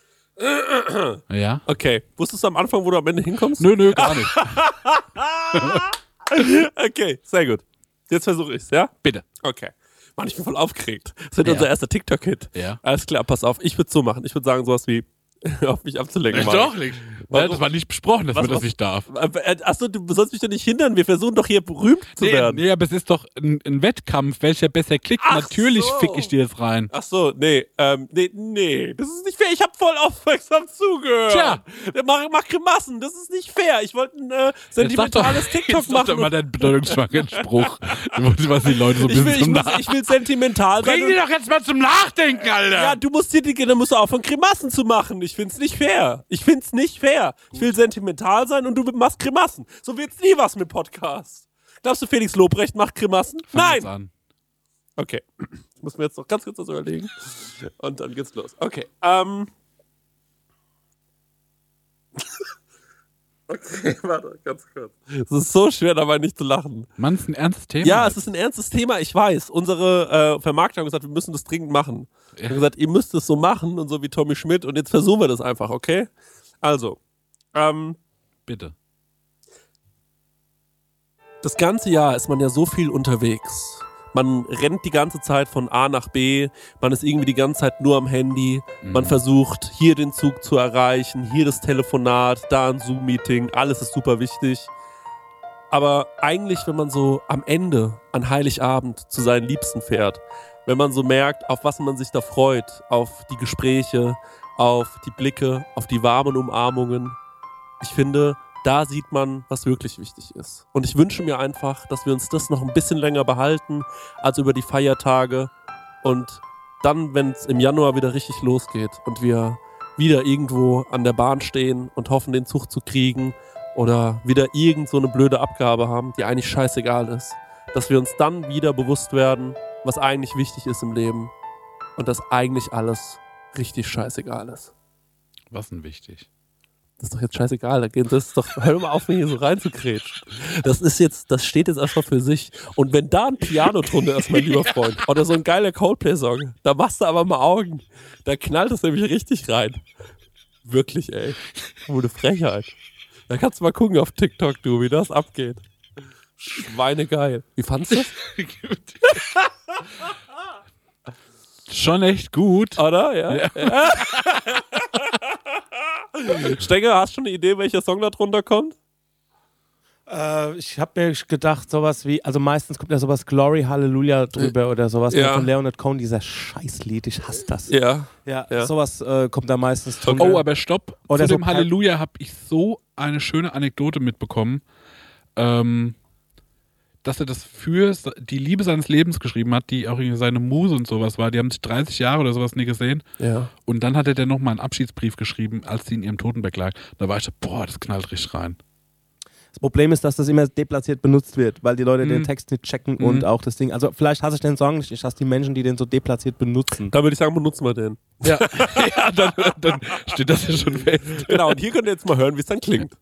Speaker 3: Ja?
Speaker 2: Okay. Wusstest du am Anfang, wo du am Ende hinkommst?
Speaker 3: Nö, nö, gar nicht.
Speaker 2: Okay, sehr gut. Jetzt versuche ich's, ja?
Speaker 3: Bitte.
Speaker 2: Okay. Mann, ich bin voll aufgeregt. Das wird
Speaker 3: Ja.
Speaker 2: unser erster TikTok-Hit.
Speaker 3: Ja.
Speaker 2: Alles klar, pass auf. Ich würde so machen. Ich würde sagen, sowas wie auf mich abzulenken. Mann.
Speaker 3: nicht.
Speaker 2: Warum-
Speaker 3: das war nicht besprochen, dass
Speaker 2: Was-
Speaker 3: man das
Speaker 2: was-
Speaker 3: nicht darf.
Speaker 2: Äh, Achso, du sollst mich doch nicht hindern. Wir versuchen doch hier berühmt zu
Speaker 3: Nee,
Speaker 2: werden.
Speaker 3: nee, aber es ist doch ein, ein Wettkampf, welcher besser klickt.
Speaker 2: Ach
Speaker 3: Natürlich
Speaker 2: so.
Speaker 3: fick ich dir das rein.
Speaker 2: Ach so, nee, ähm, nee, nee, das ist nicht fair. Ich habe voll aufmerksam zugehört.
Speaker 3: Tja.
Speaker 2: mach, mach Grimassen, das ist nicht fair. Ich wollte ein äh,
Speaker 3: Jetzt sag doch,
Speaker 2: sentimentales TikTok
Speaker 3: jetzt sag doch
Speaker 2: machen.
Speaker 3: mal
Speaker 2: und-
Speaker 3: deinen bedeutungsschwangeren Spruch, was die Leute so ein
Speaker 2: Ich
Speaker 3: bisschen
Speaker 2: will, ich,
Speaker 3: zum
Speaker 2: muss,
Speaker 3: Nach-
Speaker 2: ich will sentimental sein.
Speaker 3: Bring die
Speaker 2: Und,
Speaker 3: doch jetzt mal zum Nachdenken, Alter.
Speaker 2: ja, du musst dir die, dann musst du aufhören, Grimassen zu machen. Ich find's nicht fair. Ich find's nicht fair. Ich will sentimental sein und du machst Grimassen. So wird's nie was mit Podcast. Glaubst du, Felix Lobrecht macht Grimassen?
Speaker 3: Fang jetzt
Speaker 2: Nein.
Speaker 3: an.
Speaker 2: Okay. Ich muss mir jetzt noch ganz kurz was überlegen. Und dann geht's los. Okay. Ähm. Okay, warte, ganz kurz. Es ist so schwer, dabei nicht zu lachen.
Speaker 3: Mann, ist ein ernstes Thema.
Speaker 2: Ja, es ist ein ernstes Thema, ich weiß. Unsere äh, Vermarkter haben gesagt, wir müssen das dringend machen. Wir haben gesagt, ihr müsst es so machen und so wie Tommy Schmidt und jetzt versuchen wir das einfach, okay? Also, ähm,
Speaker 3: Bitte.
Speaker 2: Das ganze Jahr ist man ja so viel unterwegs. Man rennt die ganze Zeit von A nach B, man ist irgendwie die ganze Zeit nur am Handy,
Speaker 3: Mhm.
Speaker 2: man versucht hier den Zug zu erreichen, hier das Telefonat, da ein Zoom-Meeting, alles ist super wichtig. Aber eigentlich, wenn man so am Ende, an Heiligabend, zu seinen Liebsten fährt, wenn man so merkt, auf was man sich da freut, auf die Gespräche, auf die Blicke, auf die warmen Umarmungen, ich finde, da sieht man, was wirklich wichtig ist. Und ich wünsche mir einfach, dass wir uns das noch ein bisschen länger behalten als über die Feiertage. Und dann, wenn es im Januar wieder richtig losgeht und wir wieder irgendwo an der Bahn stehen und hoffen, den Zug zu kriegen oder wieder irgend so eine blöde Abgabe haben, die eigentlich scheißegal ist, dass wir uns dann wieder bewusst werden, was eigentlich wichtig ist im Leben und dass eigentlich alles richtig scheißegal ist.
Speaker 3: Was denn wichtig?
Speaker 2: Das ist doch jetzt scheißegal. da geht- Das ist doch, hör mal auf, mir hier so reinzukrätschen. Das ist jetzt, das steht jetzt erstmal für sich. Und wenn da ein Piano drunter ist, mein lieber Freund, oder so ein geiler Coldplay-Song, da machst du aber mal Augen. Da knallt es nämlich richtig rein. Wirklich, ey. Gute Frechheit. Da kannst du mal gucken auf TikTok, du, wie das abgeht. Schweinegeil. Wie fandst du das?
Speaker 3: Schon echt gut.
Speaker 2: Oder? Ja. ja. Stenger, hast du schon eine Idee, welcher Song da drunter kommt?
Speaker 5: Äh, ich habe mir gedacht, sowas wie, also meistens kommt ja sowas Glory Hallelujah drüber oder sowas ne,
Speaker 2: Ja.
Speaker 5: von Leonard Cohen, dieser Scheißlied, ich hasse das.
Speaker 2: Ja.
Speaker 5: Ja,
Speaker 2: Ja.
Speaker 5: sowas äh, kommt da meistens drüber.
Speaker 3: Oh, aber stopp.
Speaker 5: Oder
Speaker 3: Zu
Speaker 5: so
Speaker 3: dem
Speaker 5: kein-
Speaker 3: Halleluja habe ich so eine schöne Anekdote mitbekommen. Ähm, dass er das für s- die Liebe seines Lebens geschrieben hat, die auch irgendwie seine Muse und sowas war. Die haben sich 30 Jahre oder sowas nie gesehen.
Speaker 2: Ja.
Speaker 3: Und dann hat er der nochmal einen Abschiedsbrief geschrieben, als sie in ihrem Totenbett lag. Da war ich so, boah, das knallt richtig rein.
Speaker 5: Das Problem ist, dass das immer deplatziert benutzt wird, weil die Leute den
Speaker 3: Mhm.
Speaker 5: Text nicht checken
Speaker 3: Mhm.
Speaker 5: und auch das Ding. Also vielleicht hasse ich den Song nicht, ich hasse die Menschen, die den so deplatziert benutzen.
Speaker 2: Da würde ich sagen, benutzen wir den.
Speaker 3: Ja, ja dann, dann steht das ja schon fest.
Speaker 2: Genau, und hier könnt ihr jetzt mal hören, wie es dann klingt.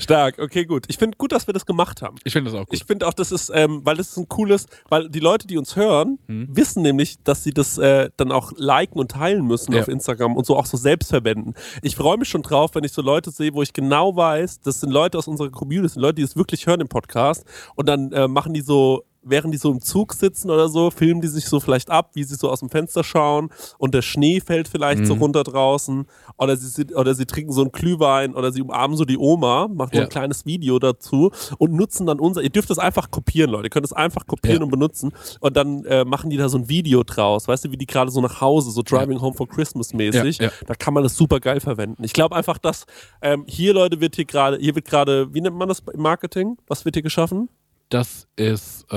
Speaker 2: Stark, okay, gut. Ich finde gut, dass wir das gemacht haben.
Speaker 3: Ich finde das auch gut.
Speaker 2: Ich finde auch, das ist, ähm, weil das ist ein cooles, weil die Leute, die uns hören,
Speaker 3: Hm?
Speaker 2: wissen nämlich, dass sie das äh, dann auch liken und teilen müssen
Speaker 3: Ja.
Speaker 2: auf Instagram und so auch so selbst verwenden. Ich freue mich schon drauf, wenn ich so Leute sehe, wo ich genau weiß, das sind Leute aus unserer Community, das sind Leute, die es wirklich hören im Podcast und dann äh, machen die so während die so im Zug sitzen oder so, filmen die sich so vielleicht ab, wie sie so aus dem Fenster schauen und der Schnee fällt vielleicht
Speaker 3: Mhm.
Speaker 2: so runter draußen oder sie, sit- oder sie trinken so einen Glühwein oder sie umarmen so die Oma, machen so
Speaker 3: Ja.
Speaker 2: ein kleines Video dazu und nutzen dann unser, ihr dürft das einfach kopieren, Leute, ihr könnt es einfach kopieren
Speaker 3: Ja.
Speaker 2: und benutzen und dann äh, machen die da so ein Video draus, weißt du, wie die gerade so nach Hause, so Driving Home for Christmas mäßig,
Speaker 3: Ja, ja.
Speaker 2: da kann man das super geil verwenden. Ich glaube einfach, dass ähm, hier, Leute, wird hier gerade, hier wird gerade, wie nennt man das im Marketing? Was wird hier geschaffen?
Speaker 3: Das ist, äh,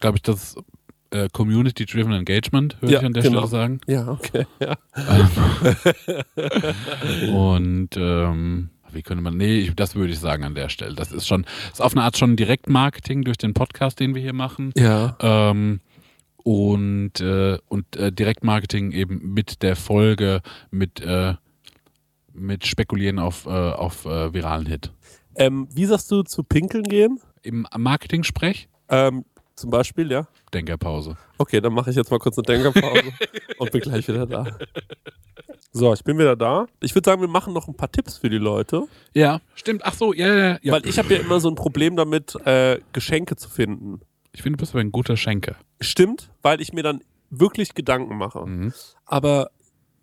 Speaker 3: glaube ich, das äh, Community-Driven Engagement, würde
Speaker 2: Ja,
Speaker 3: ich an der
Speaker 2: genau.
Speaker 3: Stelle sagen.
Speaker 2: Ja, okay, ja.
Speaker 3: Und ähm, wie könnte man, nee, ich, das würde ich sagen an der Stelle. Das ist schon, ist auf eine Art schon Direktmarketing durch den Podcast, den wir hier machen.
Speaker 2: Ja.
Speaker 3: Ähm, und äh, und äh, Direktmarketing eben mit der Folge, mit, äh, mit Spekulieren auf, äh, auf äh, viralen Hit.
Speaker 2: Ähm, wie sagst du zu pinkeln gehen?
Speaker 3: Im Marketing-Sprech,
Speaker 2: Ähm, zum Beispiel, ja.
Speaker 3: Denkerpause.
Speaker 2: Okay, dann mache ich jetzt mal kurz eine Denkerpause und bin gleich wieder da. So, ich bin wieder da. Ich würde sagen, wir machen noch ein paar Tipps für die Leute,
Speaker 3: Ja, stimmt. Ach so, ja, ja, ja.
Speaker 2: weil ich habe ja immer so ein Problem damit, äh, Geschenke zu finden.
Speaker 3: ich finde, du bist aber ein guter Schenker.
Speaker 2: Stimmt, weil ich mir dann wirklich Gedanken mache.
Speaker 3: Mhm.
Speaker 2: Aber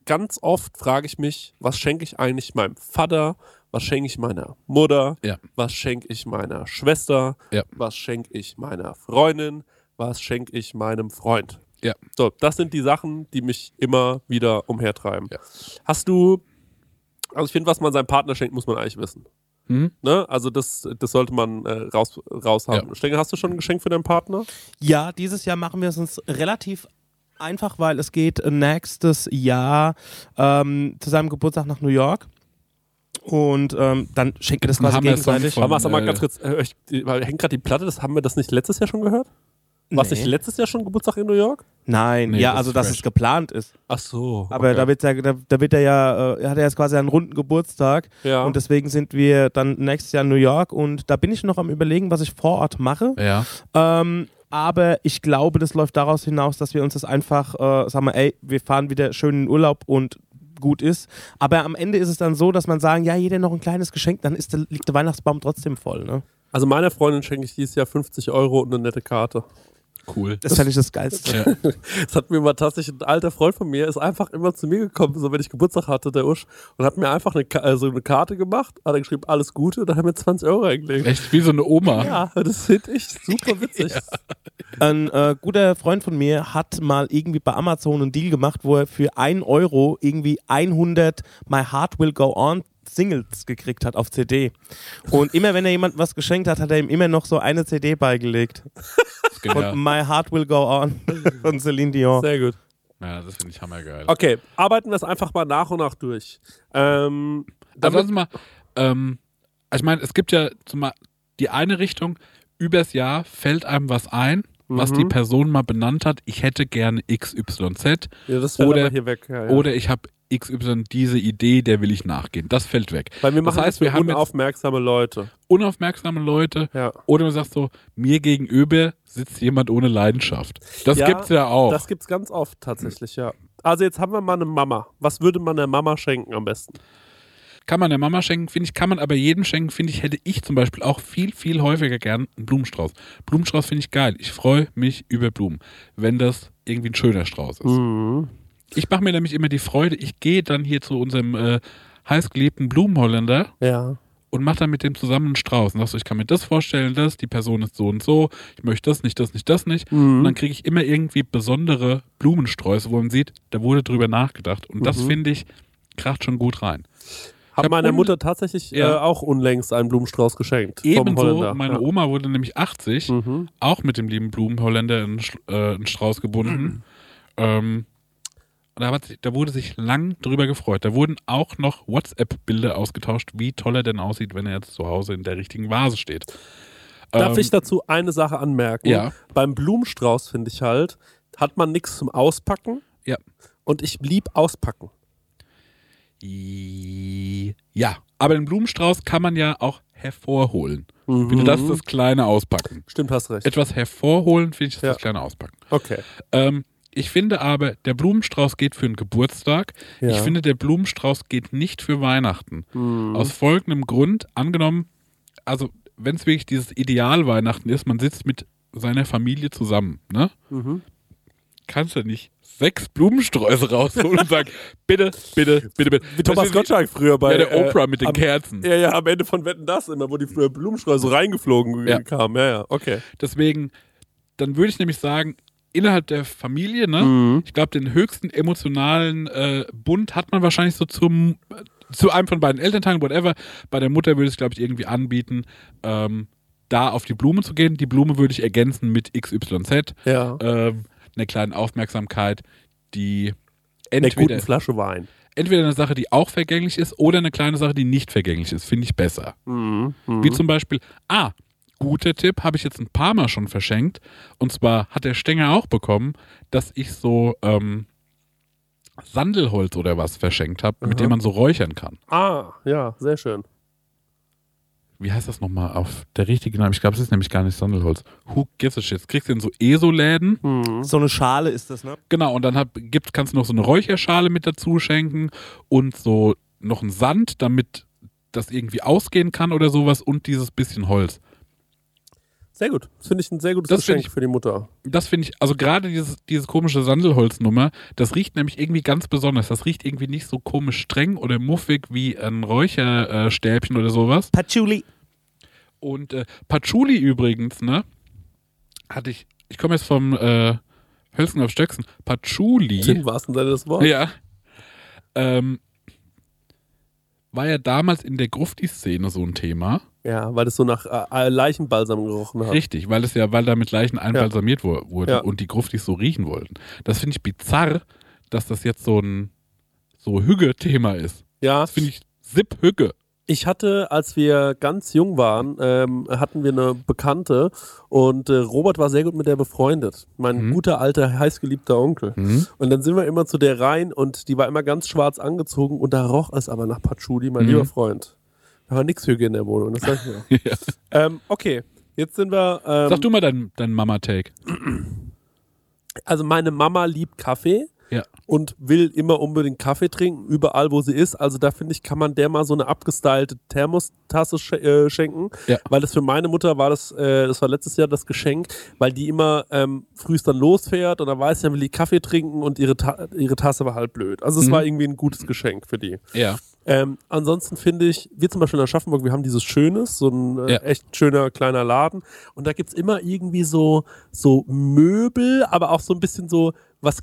Speaker 2: ganz oft frage ich mich, was schenke ich eigentlich meinem Vater? Was schenke ich meiner Mutter?
Speaker 3: Ja.
Speaker 2: Was schenke ich meiner Schwester?
Speaker 3: Ja.
Speaker 2: Was schenke ich meiner Freundin? Was schenke ich meinem Freund?
Speaker 3: Ja.
Speaker 2: So, das sind die Sachen, die mich immer wieder umhertreiben.
Speaker 3: Ja.
Speaker 2: Hast du, also ich finde, was man seinem Partner schenkt, muss man eigentlich wissen.
Speaker 3: Mhm.
Speaker 2: Ne? Also das, das sollte man äh, raus, raus haben.
Speaker 3: Ja.
Speaker 2: Ich denke, hast du schon ein Geschenk für deinen Partner?
Speaker 5: Ja, dieses Jahr machen wir es uns relativ einfach, weil es geht nächstes Jahr ähm, zu seinem Geburtstag nach New York. Und ähm, dann schenken wir das
Speaker 3: Dann
Speaker 5: quasi
Speaker 3: haben wir es dann
Speaker 5: gegenseitig.
Speaker 3: von-
Speaker 2: Aber sag mal
Speaker 3: äh,
Speaker 2: ganz kurz, äh, ich, die- weil hängt gerade die Platte, das haben wir das nicht letztes Jahr schon gehört? War es
Speaker 5: Nee.
Speaker 2: nicht letztes Jahr schon Geburtstag in New York?
Speaker 5: Nein,
Speaker 3: Nee,
Speaker 5: ja,
Speaker 3: das ist
Speaker 5: also dass
Speaker 3: fresh.
Speaker 5: es geplant ist.
Speaker 2: Ach so.
Speaker 5: Aber da wird ja, da, da wird er ja, äh, hat er jetzt quasi einen runden Geburtstag
Speaker 2: ja.
Speaker 5: und deswegen sind wir dann nächstes Jahr in New York und da bin ich noch am überlegen, was ich vor Ort mache.
Speaker 3: Ja.
Speaker 5: Ähm, aber ich glaube, das läuft daraus hinaus, dass wir uns das einfach, äh, sagen wir, ey, wir fahren wieder schön in den Urlaub und gut ist. Aber am Ende ist es dann so, dass man sagen, ja, jeder noch ein kleines Geschenk, dann ist der, liegt der Weihnachtsbaum trotzdem voll. Ne?
Speaker 2: also meiner Freundin schenke ich dieses Jahr 50 Euro und eine nette Karte.
Speaker 3: Cool.
Speaker 5: Das fände ich das Geilste.
Speaker 3: Ja.
Speaker 2: Das hat mir mal tatsächlich ein alter Freund von mir, ist einfach immer zu mir gekommen, so wenn ich Geburtstag hatte, der Usch, und hat mir einfach eine, Ka- also eine Karte gemacht, hat er geschrieben, alles Gute, und dann hat er mir 20 Euro eingelegt.
Speaker 3: Echt wie so eine Oma.
Speaker 2: Ja, das finde ich super witzig.
Speaker 5: Ein äh, guter Freund von mir hat mal irgendwie bei Amazon einen Deal gemacht, wo er für 1 Euro irgendwie 100 My Heart Will Go On Singles gekriegt hat auf CD. Und immer wenn er jemandem was geschenkt hat, hat er ihm immer noch so eine CD beigelegt.
Speaker 3: Das geht
Speaker 5: Von
Speaker 3: ja.
Speaker 5: My Heart Will Go On von Celine Dion.
Speaker 2: Sehr gut.
Speaker 3: ja, das finde ich hammergeil.
Speaker 2: Okay, arbeiten wir es einfach mal nach und nach durch. Ähm, damit-
Speaker 3: Ansonsten Also mal, ähm, ich meine, es gibt ja zumal die eine Richtung, übers Jahr fällt einem was ein, was
Speaker 2: Mhm.
Speaker 3: die Person mal benannt hat, ich hätte gerne XYZ
Speaker 2: ja, das fällt
Speaker 3: oder-
Speaker 2: aber hier weg. Ja, ja.
Speaker 3: oder ich habe XY diese Idee, der will ich nachgehen. Das fällt weg.
Speaker 2: Weil wir
Speaker 3: Das
Speaker 2: machen das
Speaker 3: heißt,
Speaker 2: wir
Speaker 3: wir haben jetzt-
Speaker 2: unaufmerksame Leute.
Speaker 3: Unaufmerksame Leute
Speaker 2: Ja.
Speaker 3: oder du sagst so, mir gegenüber sitzt jemand ohne Leidenschaft. Das
Speaker 2: Ja,
Speaker 3: gibt's ja auch.
Speaker 2: Das gibt's ganz oft tatsächlich, ja. Also jetzt haben wir mal eine Mama. Was würde man der Mama schenken am besten?
Speaker 3: Kann man der Mama schenken, finde ich, kann man aber jedem schenken, finde ich, hätte ich zum Beispiel auch viel, viel häufiger gern einen Blumenstrauß. Blumenstrauß finde ich geil. Ich freue mich über Blumen, wenn das irgendwie ein schöner Strauß ist.
Speaker 2: Mhm.
Speaker 3: Ich mache mir nämlich immer die Freude, ich gehe dann hier zu unserem äh, heißgeliebten Blumenholländer
Speaker 2: Ja.
Speaker 3: und mache dann mit dem zusammen einen Strauß. Und sagst du, ich kann mir das vorstellen, das, die Person ist so und so, ich möchte das nicht, das nicht, das nicht. Und dann kriege ich immer irgendwie besondere Blumensträuße, wo man sieht, da wurde drüber nachgedacht. Und das finde ich, kracht schon gut rein.
Speaker 2: Hat
Speaker 3: hab
Speaker 2: meiner
Speaker 3: un-
Speaker 2: Mutter tatsächlich äh,
Speaker 3: Ja.
Speaker 2: auch unlängst einen Blumenstrauß geschenkt. vom
Speaker 3: Ebenso,
Speaker 2: Holländer.
Speaker 3: meine
Speaker 2: ja.
Speaker 3: Oma wurde nämlich 80,
Speaker 2: Mhm.
Speaker 3: auch mit dem lieben Blumenholländer in, Sch- äh, in Strauß
Speaker 2: Mhm.
Speaker 3: gebunden. Ähm, und da, hat, sich- da wurde sich lang drüber gefreut. Da wurden auch noch WhatsApp-Bilder ausgetauscht, wie toll er denn aussieht, wenn er jetzt zu Hause in der richtigen Vase steht.
Speaker 2: Darf
Speaker 3: Ähm,
Speaker 2: ich dazu eine Sache anmerken?
Speaker 3: Ja.
Speaker 2: Beim Blumenstrauß finde ich halt, hat man nichts zum Auspacken.
Speaker 3: Ja.
Speaker 2: Und ich lieb auspacken.
Speaker 3: Ja, aber den Blumenstrauß kann man ja auch hervorholen.
Speaker 2: Mhm.
Speaker 3: Bitte das ist das kleine Auspacken.
Speaker 2: Stimmt, hast recht.
Speaker 3: Etwas hervorholen finde ich das, ist
Speaker 2: Ja.
Speaker 3: das kleine Auspacken.
Speaker 2: Okay.
Speaker 3: Ähm, ich finde aber, der Blumenstrauß geht für einen Geburtstag.
Speaker 2: Ja. Mhm.
Speaker 3: Ich finde, der Blumenstrauß geht nicht für Weihnachten. Aus folgendem Grund, angenommen, also wenn es wirklich dieses Ideal Weihnachten ist, man sitzt mit seiner Familie zusammen, ne?
Speaker 2: Mhm.
Speaker 3: Kannst du nicht sechs Blumensträuße rausholen und sagen, bitte, bitte, bitte, bitte.
Speaker 2: Wie Thomas
Speaker 3: Weißt du,
Speaker 2: Gottschalk früher bei
Speaker 3: Ja, der
Speaker 2: äh,
Speaker 3: Oprah mit den
Speaker 2: am-
Speaker 3: Kerzen.
Speaker 2: Ja, ja, am Ende von Wetten das immer, wo die früher Blumensträuße reingeflogen
Speaker 3: Ja.
Speaker 2: kamen. Ja, ja, okay.
Speaker 3: Deswegen, dann würde ich nämlich sagen, innerhalb der Familie, ne?
Speaker 2: Mhm.
Speaker 3: Ich glaube, den höchsten emotionalen äh, Bund hat man wahrscheinlich so zum, zu einem von beiden Elternteilen, whatever. Bei der Mutter würde ich, glaube ich, irgendwie anbieten, ähm, da auf die Blume zu gehen. Die Blume würde ich ergänzen mit XYZ,
Speaker 2: Ja.
Speaker 3: ähm, einer kleinen Aufmerksamkeit, die
Speaker 2: Eine guten
Speaker 3: entweder,
Speaker 2: Flasche Wein.
Speaker 3: entweder eine Sache, die auch vergänglich ist, oder eine kleine Sache, die nicht vergänglich ist. Finde ich besser.
Speaker 2: Mhm.
Speaker 3: Wie zum Beispiel, ah, guter Tipp, habe ich jetzt ein paar Mal schon verschenkt. Und zwar hat der Stenger auch bekommen, dass ich so ähm, Sandelholz oder was verschenkt habe, mit dem man so räuchern kann.
Speaker 2: Ah, ja, sehr schön.
Speaker 3: Wie heißt das nochmal auf der richtige Name? Ich glaube, es ist nämlich gar nicht Sandelholz. Who gives a shit? Das Kriegst du in so ESO-Läden.
Speaker 5: So eine Schale ist das, ne?
Speaker 3: Genau, und dann hab, gibt's, kannst du noch so eine Räucherschale mit dazu schenken und so noch einen Sand, damit das irgendwie ausgehen kann oder sowas und dieses bisschen Holz.
Speaker 2: Sehr gut. Das finde ich ein sehr gutes
Speaker 3: Das finde
Speaker 2: Geschenk für die Mutter.
Speaker 3: Das finde ich, also gerade dieses, diese komische Sandelholznummer, das riecht nämlich irgendwie ganz besonders. Das riecht irgendwie nicht so komisch streng oder muffig wie ein Räucherstäbchen äh, Stäbchen oder sowas.
Speaker 5: Patchouli.
Speaker 3: Und äh, Patchouli übrigens, ne? Hatte ich, ich komme jetzt vom äh, Hölzen auf Stöcksen. Patchouli.
Speaker 2: Im wahrsten Sinne des Wortes.
Speaker 3: Ja. Ähm, war ja damals in der Grufti-Szene so ein Thema.
Speaker 2: Ja, weil das so nach äh, Leichenbalsam gerochen hat.
Speaker 3: Richtig, weil es ja, weil damit Leichen einbalsamiert wo- wurden
Speaker 2: Ja.
Speaker 3: und die Gruftis so riechen wollten. Das finde ich bizarr, dass das jetzt so ein so Hügge-Thema ist.
Speaker 2: Ja,
Speaker 3: Das finde ich Sip Hügge.
Speaker 2: Ich hatte, als wir ganz jung waren, ähm, hatten wir eine Bekannte und äh, Robert war sehr gut mit der befreundet. Mein
Speaker 3: Mhm.
Speaker 2: guter alter, heißgeliebter Onkel. Und dann sind wir immer zu der rein und die war immer ganz schwarz angezogen und da roch es aber nach Patchouli, mein
Speaker 3: Mhm.
Speaker 2: lieber Freund. Da war nix Hüge in der Wohnung, das sag ich mir.
Speaker 3: Ja.
Speaker 2: ähm, okay, jetzt sind wir. Ähm,
Speaker 3: Sag du mal deinen dein Mama-Take.
Speaker 2: Also meine Mama liebt Kaffee.
Speaker 3: Ja.
Speaker 2: Und will immer unbedingt Kaffee trinken, überall wo sie ist. Also da finde ich, kann man der mal so eine abgestylte Thermostasse sch äh, schenken.
Speaker 3: Ja.
Speaker 2: Weil das für meine Mutter war das, äh, das war letztes Jahr das Geschenk, weil die immer ähm, frühst dann losfährt und dann weiß, dann will die Kaffee trinken und ihre, Ta ihre Tasse war halt blöd. Also es
Speaker 3: Mhm.
Speaker 2: war irgendwie ein gutes Geschenk für die.
Speaker 3: Ja.
Speaker 2: Ähm, ansonsten finde ich, wir zum Beispiel in Aschaffenburg, wir haben dieses Schönes, so ein äh,
Speaker 3: Ja.
Speaker 2: echt schöner kleiner Laden. Und da gibt's immer irgendwie so, so Möbel, aber auch so ein bisschen so was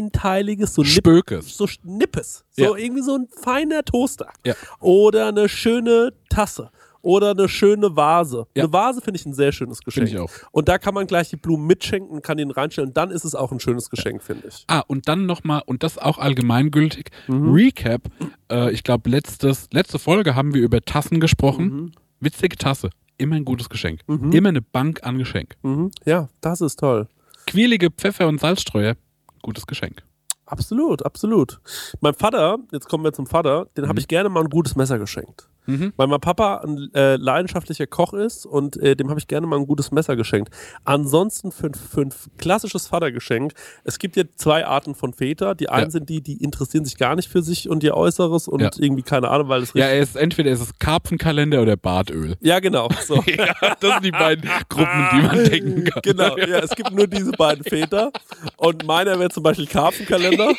Speaker 2: Kleinteiliges, so, Nipp
Speaker 3: Spökes.
Speaker 2: so Sch- Nippes. So
Speaker 3: Ja.
Speaker 2: irgendwie so ein feiner Toaster.
Speaker 3: Ja.
Speaker 2: Oder eine schöne Tasse. Oder eine schöne Vase.
Speaker 3: Ja.
Speaker 2: Eine Vase finde ich ein sehr schönes Geschenk.
Speaker 3: Finde ich auch.
Speaker 2: Und da kann man gleich die Blumen mitschenken, kann den reinstellen. Und dann ist es auch ein schönes Geschenk, finde ich.
Speaker 3: Ah, und dann nochmal, und das auch allgemeingültig, Recap. Äh, ich glaube, letztes, letzte Folge haben wir über Tassen gesprochen. Witzige Tasse. Immer ein gutes Geschenk. Immer eine Bank an Geschenk.
Speaker 2: Mhm. Ja, das ist toll.
Speaker 3: Quirlige Pfeffer- und Salzstreuer. Gutes Geschenk.
Speaker 2: Absolut, absolut. Mein Vater, jetzt kommen wir zum Vater, den habe ich gerne mal ein gutes Messer geschenkt.
Speaker 3: Mhm.
Speaker 2: Weil mein Papa ein äh, leidenschaftlicher Koch ist und äh, dem habe ich gerne mal ein gutes Messer geschenkt. Ansonsten für, ein- für ein klassisches Vatergeschenk. Es gibt ja zwei Arten von Väter. Die einen
Speaker 3: Ja.
Speaker 2: sind die, die interessieren sich gar nicht für sich und ihr Äußeres und
Speaker 3: Ja.
Speaker 2: irgendwie keine Ahnung, weil es
Speaker 3: Ja,
Speaker 2: richtig.
Speaker 3: er ist, entweder ist es Karpfenkalender oder Bartöl.
Speaker 2: Ja, genau. So.
Speaker 3: Das sind die beiden Gruppen, die man denken kann.
Speaker 2: Genau, ja, es gibt nur diese beiden Väter. Und meiner wäre zum Beispiel Karpfenkalender,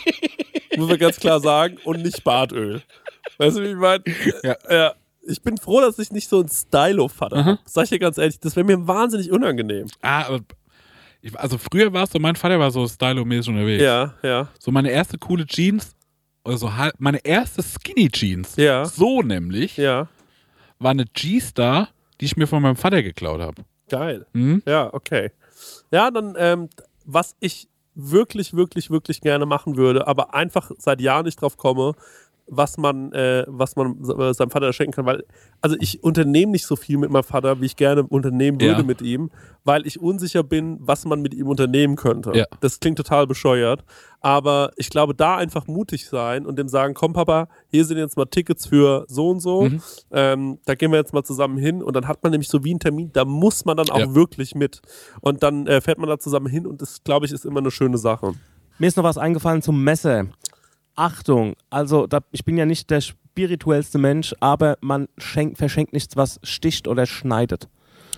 Speaker 2: muss man ganz klar sagen, und nicht Bartöl. Weißt du, wie ich meine?
Speaker 3: Ja. Mhm.
Speaker 2: Ja. Ich bin froh, dass ich nicht so ein Stylo-Vater habe. Sag ich dir ganz ehrlich, das wäre mir wahnsinnig unangenehm.
Speaker 3: Ah, aber ich, also früher war es so, mein Vater war so stylomäßig unterwegs.
Speaker 2: Ja, ja.
Speaker 3: So meine erste coole Jeans also halb, meine erste Skinny Jeans,
Speaker 2: Ja.
Speaker 3: so nämlich,
Speaker 2: Ja.
Speaker 3: war eine G-Star, die ich mir von meinem Vater geklaut habe.
Speaker 2: Geil.
Speaker 3: Hm?
Speaker 2: Ja, okay. Ja, dann, ähm, was ich wirklich, wirklich, wirklich gerne machen würde, aber einfach seit Jahren nicht drauf komme, was man, äh, was man äh, seinem Vater schenken kann, weil, also ich unternehme nicht so viel mit meinem Vater, wie ich gerne unternehmen würde
Speaker 3: Ja.
Speaker 2: mit ihm, weil ich unsicher bin, was man mit ihm unternehmen könnte.
Speaker 3: Ja.
Speaker 2: Das klingt total bescheuert, aber ich glaube, da einfach mutig sein und dem sagen, komm Papa, hier sind jetzt mal Tickets für so und so,
Speaker 3: Mhm.
Speaker 2: ähm, da gehen wir jetzt mal zusammen hin und dann hat man nämlich so wie einen Termin, da muss man dann auch
Speaker 3: Ja.
Speaker 2: wirklich mit und dann äh, fährt man da zusammen hin und das, glaube ich, ist immer eine schöne Sache.
Speaker 5: Mir ist noch was eingefallen zum Messer. Achtung, also da, ich bin ja nicht der spirituellste Mensch, aber man schenkt, verschenkt nichts, was sticht oder schneidet.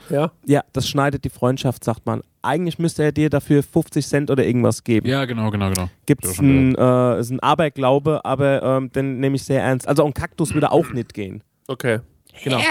Speaker 2: Ja,
Speaker 5: Ja, das schneidet die Freundschaft, sagt man. Eigentlich müsste er dir dafür 50 Cent oder irgendwas geben.
Speaker 3: Ja, genau, genau, genau.
Speaker 5: Gibt
Speaker 3: Ja,
Speaker 5: es
Speaker 3: schon
Speaker 5: einen äh, ist ein Aberglaube, aber ähm, den nehme ich sehr ernst. Also ein Kaktus würde auch nicht gehen.
Speaker 2: okay. Genau.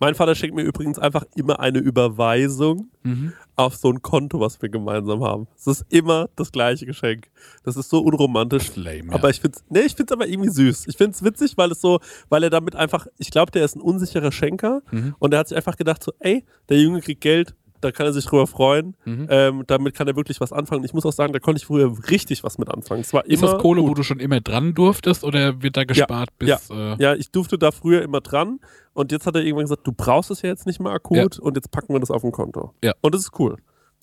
Speaker 2: Mein Vater schenkt mir übrigens einfach immer eine Überweisung
Speaker 3: Mhm.
Speaker 2: auf so ein Konto, was wir gemeinsam haben. Es ist immer das gleiche Geschenk. Das ist so unromantisch.
Speaker 3: Lame, ja.
Speaker 2: Aber ich find's, nee, ich find's aber irgendwie süß. Ich find's witzig, weil es so, weil er damit einfach, ich glaube, der ist ein unsicherer Schenker
Speaker 3: Mhm.
Speaker 2: und er hat sich einfach gedacht so, ey, der Junge kriegt Geld, da kann er sich drüber freuen,
Speaker 3: Mhm.
Speaker 2: ähm, damit kann er wirklich was anfangen. Ich muss auch sagen, da konnte ich früher richtig was mit anfangen. Es war immer,
Speaker 3: Ist das Kohle, wo du schon immer dran durftest oder wird da gespart bis. äh,
Speaker 2: ja, ich durfte da früher immer dran und jetzt hat er irgendwann gesagt, du brauchst es ja jetzt nicht mehr akut und jetzt packen wir das auf ein Konto.
Speaker 3: Ja.
Speaker 2: Und das ist cool.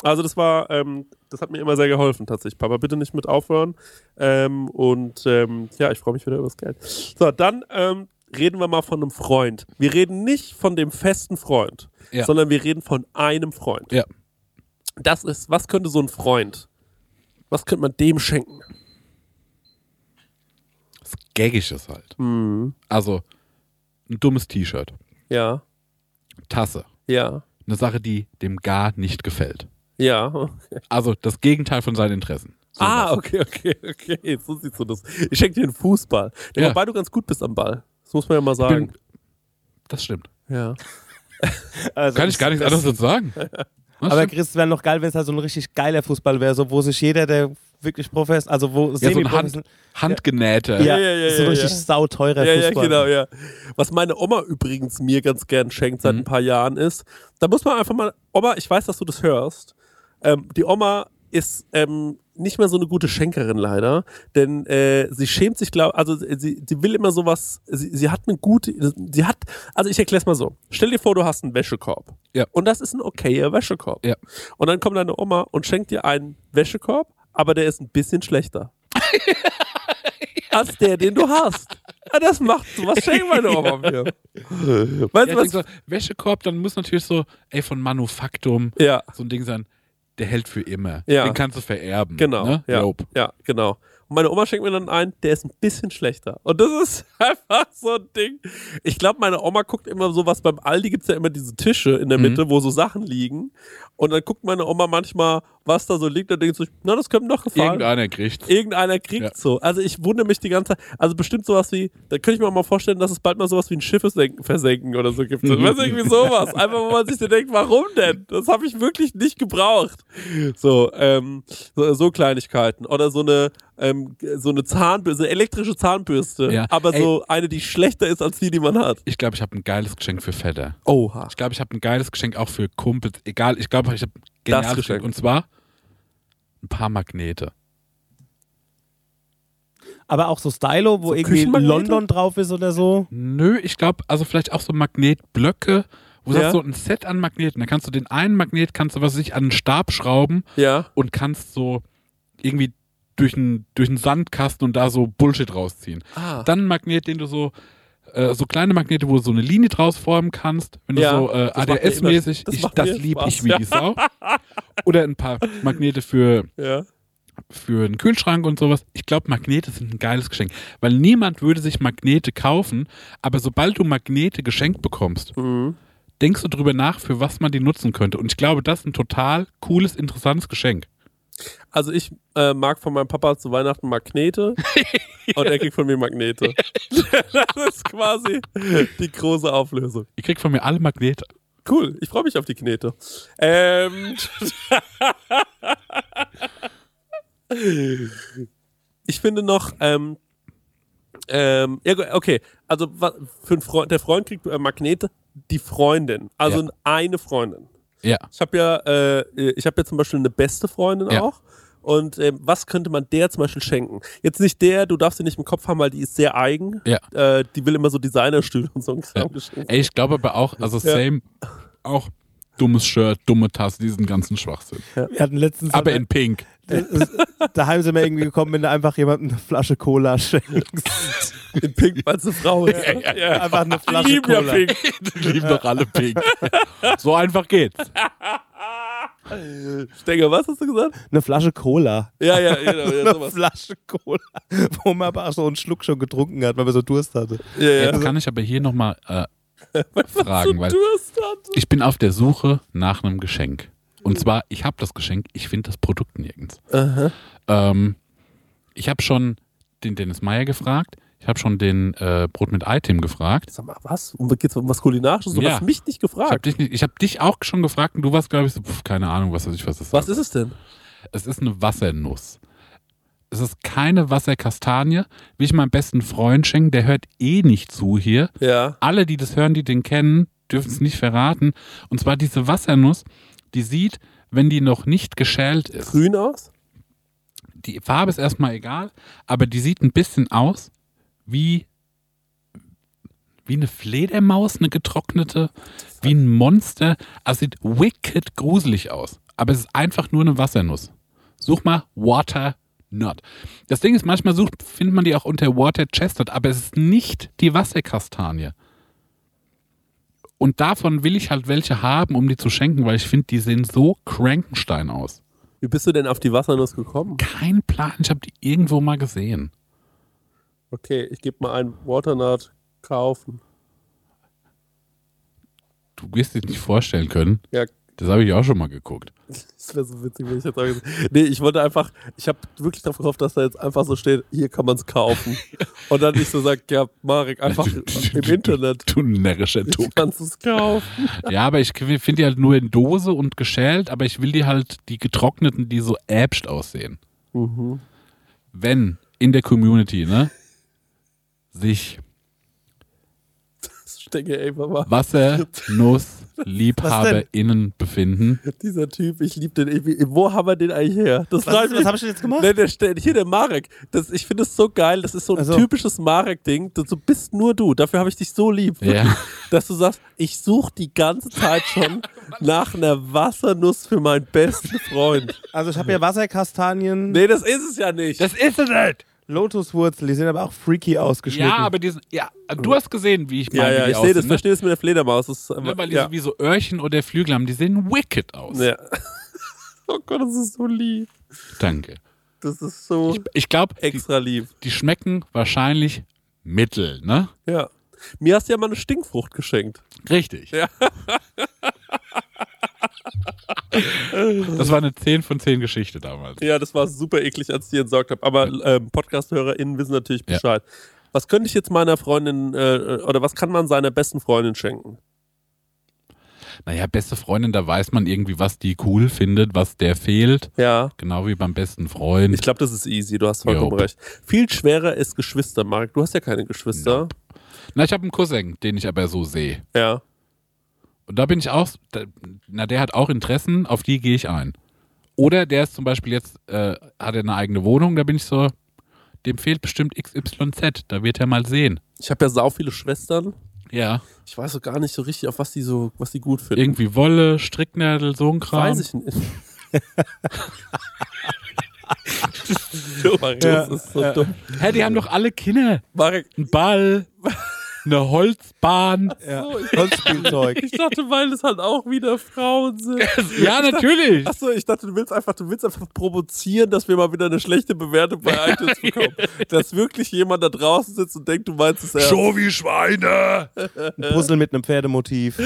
Speaker 2: Also das war, ähm, das hat mir immer sehr geholfen tatsächlich. Papa, bitte nicht mit aufhören. Ähm, und ähm, ja, ich freue mich wieder über das Geld. So, dann ähm, reden wir mal von einem Freund. Wir reden nicht von dem festen Freund,
Speaker 3: Ja.
Speaker 2: sondern wir reden von einem Freund.
Speaker 3: Ja.
Speaker 2: Das ist, was könnte so ein Freund, was könnte man dem schenken?
Speaker 3: was Gaggisches halt. Also ein dummes T-Shirt,
Speaker 2: Ja,
Speaker 3: Tasse.
Speaker 2: ja,
Speaker 3: Eine Sache, die dem gar nicht gefällt.
Speaker 2: ja.
Speaker 3: Also das Gegenteil von seinen Interessen. So
Speaker 2: ah, okay, okay, okay. So siehst du das. Ich schenke dir einen Fußball. Ja.
Speaker 3: Ja.
Speaker 2: Wobei du ganz gut bist am Ball. Das muss man ja mal
Speaker 3: was.
Speaker 2: sagen.
Speaker 3: Bin, das stimmt.
Speaker 2: Ja.
Speaker 5: Also
Speaker 3: Kann ich gar nichts anderes dazu sagen. Was
Speaker 5: Aber
Speaker 3: stimmt?
Speaker 5: Chris, es wäre noch geil, wenn es halt so ein richtig geiler Fußball wäre, so wo sich jeder, der wirklich Profis, also wo
Speaker 3: ja, so ein
Speaker 5: Semi-Profis-
Speaker 3: Hand, handgenähter.
Speaker 5: ja,
Speaker 2: Ja, ja, ja,
Speaker 5: so ein
Speaker 2: ja,
Speaker 5: richtig
Speaker 2: ja.
Speaker 5: sauteurer
Speaker 2: Ja, ja,
Speaker 5: Fußball.
Speaker 2: genau, ja. Was meine Oma übrigens mir ganz gern schenkt
Speaker 3: Mhm.
Speaker 2: seit ein paar Jahren ist, da muss man einfach mal, Oma, ich weiß, dass du das hörst. Ähm, die Oma ist ähm, nicht mehr so eine gute Schenkerin leider, denn äh, sie schämt sich, glaube also sie, sie will immer sowas, sie, sie hat eine gute, sie hat, also ich erkläre es mal so. Stell dir vor, du hast einen Wäschekorb.
Speaker 3: Ja.
Speaker 2: Und das ist ein okayer Wäschekorb.
Speaker 3: Ja.
Speaker 2: Und dann kommt deine Oma und schenkt dir einen Wäschekorb, aber der ist ein bisschen schlechter. als der, den du hast. Ah, das macht was schenkt meine Oma mir. Weißt
Speaker 3: Ja,
Speaker 2: du
Speaker 3: ich denk
Speaker 2: was?
Speaker 3: so, Wäschekorb, dann muss natürlich so, ey, von Manufaktum
Speaker 2: Ja,
Speaker 3: so ein Ding sein, der hält für immer.
Speaker 2: Ja.
Speaker 3: Den kannst du vererben.
Speaker 2: genau.
Speaker 3: Ne?
Speaker 2: Ja,
Speaker 3: Dope.
Speaker 2: ja, genau. Und meine Oma schenkt mir dann einen, der ist ein bisschen schlechter. Und das ist einfach so ein Ding. Ich glaube, meine Oma guckt immer sowas. Beim Aldi gibt es ja immer diese Tische in der
Speaker 3: Mhm.
Speaker 2: Mitte, wo so Sachen liegen. Und dann guckt meine Oma manchmal, was da so liegt. Und denkt sich, na, das könnte mir doch gefallen.
Speaker 3: Irgendeiner kriegt.
Speaker 2: Irgendeiner kriegt
Speaker 3: Ja.
Speaker 2: so. Also ich wundere mich die ganze Zeit. Also bestimmt sowas wie, da könnte ich mir auch mal vorstellen, dass es bald mal sowas wie ein Schiff senken- versenken oder so gibt. Weißt du, irgendwie sowas. Einfach, wo man sich dann denkt, warum denn? Das habe ich wirklich nicht gebraucht. So, ähm, so, so Kleinigkeiten. Oder so eine, ähm, so eine Zahnbürste, eine elektrische Zahnbürste.
Speaker 3: Ja.
Speaker 2: Aber
Speaker 3: Ey.
Speaker 2: so eine, die schlechter ist als die, die man hat.
Speaker 3: Ich glaube, ich habe ein geiles Geschenk für Vetter.
Speaker 2: Oha.
Speaker 3: Ich glaube, ich habe ein geiles Geschenk auch für Kumpels. Egal, ich glaube, ich habe ein geniales
Speaker 2: Geschenk.
Speaker 3: Geschenk. Und zwar ein paar Magnete.
Speaker 5: Aber auch so Stylo, wo irgendwie
Speaker 2: Küchenmagnete?
Speaker 5: London drauf ist oder so.
Speaker 3: Nö, ich glaube, also vielleicht auch so Magnetblöcke, wo
Speaker 2: Ja.
Speaker 3: du hast so ein Set an Magneten. Da kannst du den einen Magnet, kannst du was weiß ich an einen Stab schrauben
Speaker 2: Ja.
Speaker 3: und kannst so irgendwie durch einen durch einen Sandkasten und da so Bullshit rausziehen.
Speaker 2: Ah.
Speaker 3: Dann ein Magnet, den du so äh, so kleine Magnete, wo du so eine Linie draus formen kannst, wenn du
Speaker 2: Ja,
Speaker 3: so äh,
Speaker 2: das macht mir
Speaker 3: ADS-mäßig,
Speaker 2: immer- das
Speaker 3: ich-
Speaker 2: macht mir
Speaker 3: das liebe
Speaker 2: Spaß,
Speaker 3: ich wie die Sau. Oder ein paar Magnete für
Speaker 2: ja.
Speaker 3: für einen Kühlschrank und sowas. Ich glaube, Magnete sind ein geiles Geschenk, weil niemand würde sich Magnete kaufen, aber sobald du Magnete geschenkt bekommst,
Speaker 2: Mhm.
Speaker 3: denkst du drüber nach, für was man die nutzen könnte. Und ich glaube, das ist ein total cooles, interessantes Geschenk.
Speaker 2: Also ich äh, mag von meinem Papa zu Weihnachten Magnete und er kriegt von mir Magnete. das ist quasi die große Auflösung.
Speaker 3: Ihr kriegt von mir alle Magnete.
Speaker 2: Cool, ich freue mich auf die Knete. Ähm, ich finde noch, ähm, Ähm, ja, gu- okay. Also wa- für einen Freund, der Freund kriegt äh, Magnete, die Freundin. Also eine Freundin.
Speaker 3: Ja.
Speaker 2: Ich habe ja, äh, ich habe ja zum Beispiel eine beste Freundin
Speaker 3: Ja.
Speaker 2: auch. Und ähm, was könnte man der zum Beispiel schenken? Jetzt nicht der, du darfst sie nicht im Kopf haben, weil die ist sehr eigen.
Speaker 3: Ja.
Speaker 2: Äh, die will immer so Designerstühle und so ein Kram
Speaker 3: Ja.
Speaker 2: geschenkt.
Speaker 3: Ey, ich glaube aber auch, also same, auch dummes Shirt, dumme Tasse, diesen ganzen Schwachsinn.
Speaker 8: Wir hatten letztens.
Speaker 5: Also
Speaker 3: Aber in pink.
Speaker 5: Daheim sind wir irgendwie gekommen, wenn du einfach jemandem eine Flasche Cola schenkst.
Speaker 2: In Pink, weil sie Frau ist.
Speaker 3: ja, ja.
Speaker 5: Einfach eine
Speaker 2: Die
Speaker 5: Flasche
Speaker 2: lieben ja
Speaker 5: Cola.
Speaker 2: Pink.
Speaker 3: Die lieben doch alle pink. So einfach geht's.
Speaker 2: Stenger, was hast du gesagt?
Speaker 5: Eine Flasche Cola.
Speaker 2: Ja, ja, genau, ja,
Speaker 5: Eine
Speaker 2: sowas.
Speaker 5: Flasche Cola, wo man aber auch so einen Schluck schon getrunken hat, weil man so Durst hatte.
Speaker 2: Ja, ja.
Speaker 3: Jetzt kann ich aber hier nochmal äh,
Speaker 2: So
Speaker 3: fragen, weil
Speaker 2: Durst hat.
Speaker 3: ich bin auf der Suche nach einem Geschenk. Und zwar, ich habe das Geschenk, ich finde das Produkt nirgends. Ähm, ich habe schon den Dennis Meyer gefragt, ich habe schon den äh, Brot mit Item gefragt.
Speaker 2: Sag mal, was? Um, geht's um was Kulinarisches? Du
Speaker 3: Ja.
Speaker 2: hast mich nicht
Speaker 3: Ich habe
Speaker 2: gefragt.
Speaker 3: dich, nicht- ich hab dich auch schon gefragt und du warst, glaube ich, so, pf, keine Ahnung, was weiß ich, was das
Speaker 2: Was ist es denn?
Speaker 3: Es ist eine Wassernuss. Es ist keine Wasserkastanie, wie ich meinem besten Freund schenke, der hört eh nicht zu hier.
Speaker 2: Ja.
Speaker 3: Alle, die das hören, die den kennen, dürfen es nicht verraten. Und zwar diese Wassernuss, die sieht, wenn die noch nicht geschält ist.
Speaker 2: Grün aus?
Speaker 3: Die Farbe ist erstmal egal, aber die sieht ein bisschen aus wie, wie eine Fledermaus, eine getrocknete, wie ein Monster. Also sieht wicked gruselig aus. Aber es ist einfach nur eine Wassernuss. Such mal Water Nut. Das Ding ist, manchmal sucht, findet man die auch unter Water Chestnut, aber es ist nicht die Wasserkastanie. Und davon will ich halt welche haben, um die zu schenken, weil ich finde, die sehen so Frankenstein aus.
Speaker 2: Wie bist du denn auf die Wassernuss gekommen?
Speaker 3: Kein Plan, ich habe die irgendwo mal gesehen.
Speaker 2: Okay, ich gebe mal ein Waternut kaufen.
Speaker 3: Du wirst es nicht vorstellen können.
Speaker 2: Ja,
Speaker 3: Das habe ich auch schon mal geguckt.
Speaker 2: das wäre so witzig, wenn ich jetzt sage. Nee, ich wollte einfach, ich habe wirklich darauf gehofft, dass da jetzt einfach so steht, hier kann man es kaufen. Und dann ich so sage, ja, Marek, einfach im Internet.
Speaker 3: Du närrischer
Speaker 2: Du
Speaker 3: Tuck.
Speaker 2: kannst es kaufen.
Speaker 3: Ja, aber ich finde die halt nur in Dose und geschält, aber ich will die halt, die getrockneten, die so äpscht aussehen.
Speaker 2: Mhm.
Speaker 3: Wenn in der Community, ne, sich
Speaker 2: Das stecke ey, Mama.
Speaker 3: Wassernuss-LiebhaberInnen befinden.
Speaker 2: Dieser Typ, ich liebe den. irgendwie. wo haben wir den eigentlich her? Das frage ich
Speaker 5: Was, was
Speaker 2: mich
Speaker 5: habe ich denn jetzt gemacht?
Speaker 2: Nee, der, steht- hier der Marek. Das, ich finde es so geil. Das ist so ein
Speaker 5: Also-
Speaker 2: typisches Marek-Ding. Du bist nur du. Dafür habe ich dich so lieb.
Speaker 3: Ja.
Speaker 2: Dass du sagst, ich suche die ganze Zeit schon nach einer Wassernuss für meinen besten Freund.
Speaker 5: Also ich habe ja Wasserkastanien,
Speaker 2: Nee, das ist es ja nicht.
Speaker 3: ist es halt.
Speaker 5: Lotuswurzel, die sind aber auch freaky ausgeschnitten.
Speaker 3: Ja, aber diesen, ja, du hast gesehen, wie ich
Speaker 2: ja,
Speaker 3: meine.
Speaker 2: ja,
Speaker 3: wie die
Speaker 2: ich sehe das.
Speaker 3: aussehen, ne?
Speaker 2: Verstehe das mit der Fledermaus. Das ist,
Speaker 3: Ne, weil die
Speaker 2: ja.
Speaker 3: so wie so Öhrchen oder Flügel haben, die sehen wicked aus.
Speaker 2: ja. Oh Gott, das ist so lieb.
Speaker 3: Danke.
Speaker 2: Das ist so
Speaker 3: Ich, ich glaube, die,
Speaker 2: extra lieb.
Speaker 3: die schmecken wahrscheinlich mittel, ne?
Speaker 2: Ja. Mir hast du ja mal eine Stinkfrucht geschenkt.
Speaker 3: Richtig. Das war eine 10 von 10 Geschichte damals.
Speaker 2: Ja, das war super eklig, als ich die entsorgt habe. Aber ähm, Podcast-HörerInnen wissen natürlich
Speaker 3: Ja.
Speaker 2: Bescheid. Was könnte ich jetzt meiner Freundin äh, oder was kann man seiner besten Freundin schenken?
Speaker 3: Naja, beste Freundin, da weiß man irgendwie, was die cool findet, was der fehlt.
Speaker 2: Ja.
Speaker 3: Genau wie beim besten
Speaker 2: Ich
Speaker 3: Freund.
Speaker 2: glaube, das ist easy, du hast vollkommen
Speaker 3: Jo.
Speaker 2: recht. Viel schwerer ist Geschwister, Marc. Du hast ja keine Geschwister.
Speaker 3: Na, ich habe einen Cousin, den ich aber so sehe.
Speaker 2: Ja.
Speaker 3: Und da bin ich auch, da, na, der hat auch Interessen, auf die gehe ich ein. Oder der ist zum Beispiel jetzt, äh, hat er eine eigene Wohnung, da bin ich so, dem fehlt bestimmt XYZ, da wird er mal sehen.
Speaker 2: Ich habe ja sau viele Schwestern.
Speaker 3: Ja.
Speaker 2: Ich weiß so gar nicht so richtig, auf was die so, was die gut finden.
Speaker 3: Irgendwie Wolle, Stricknadel, so ein Kram.
Speaker 2: Weiß ich nicht. Marek, das ist so dumm.
Speaker 3: Hä, die haben doch alle Kinder.
Speaker 2: Marek,
Speaker 3: Ein Ball, eine Holzbahn.
Speaker 5: ja. Holzspielzeug.
Speaker 2: ich dachte, weil das halt auch wieder Frauen sind.
Speaker 3: Ja, natürlich.
Speaker 2: Achso, ich dachte, du willst einfach, du willst einfach provozieren, dass wir mal wieder eine schlechte Bewertung bei iTunes bekommen. dass wirklich jemand da draußen sitzt und denkt, du meinst es ernst.
Speaker 3: So wie Schweine.
Speaker 5: Ein Puzzle mit einem Pferdemotiv.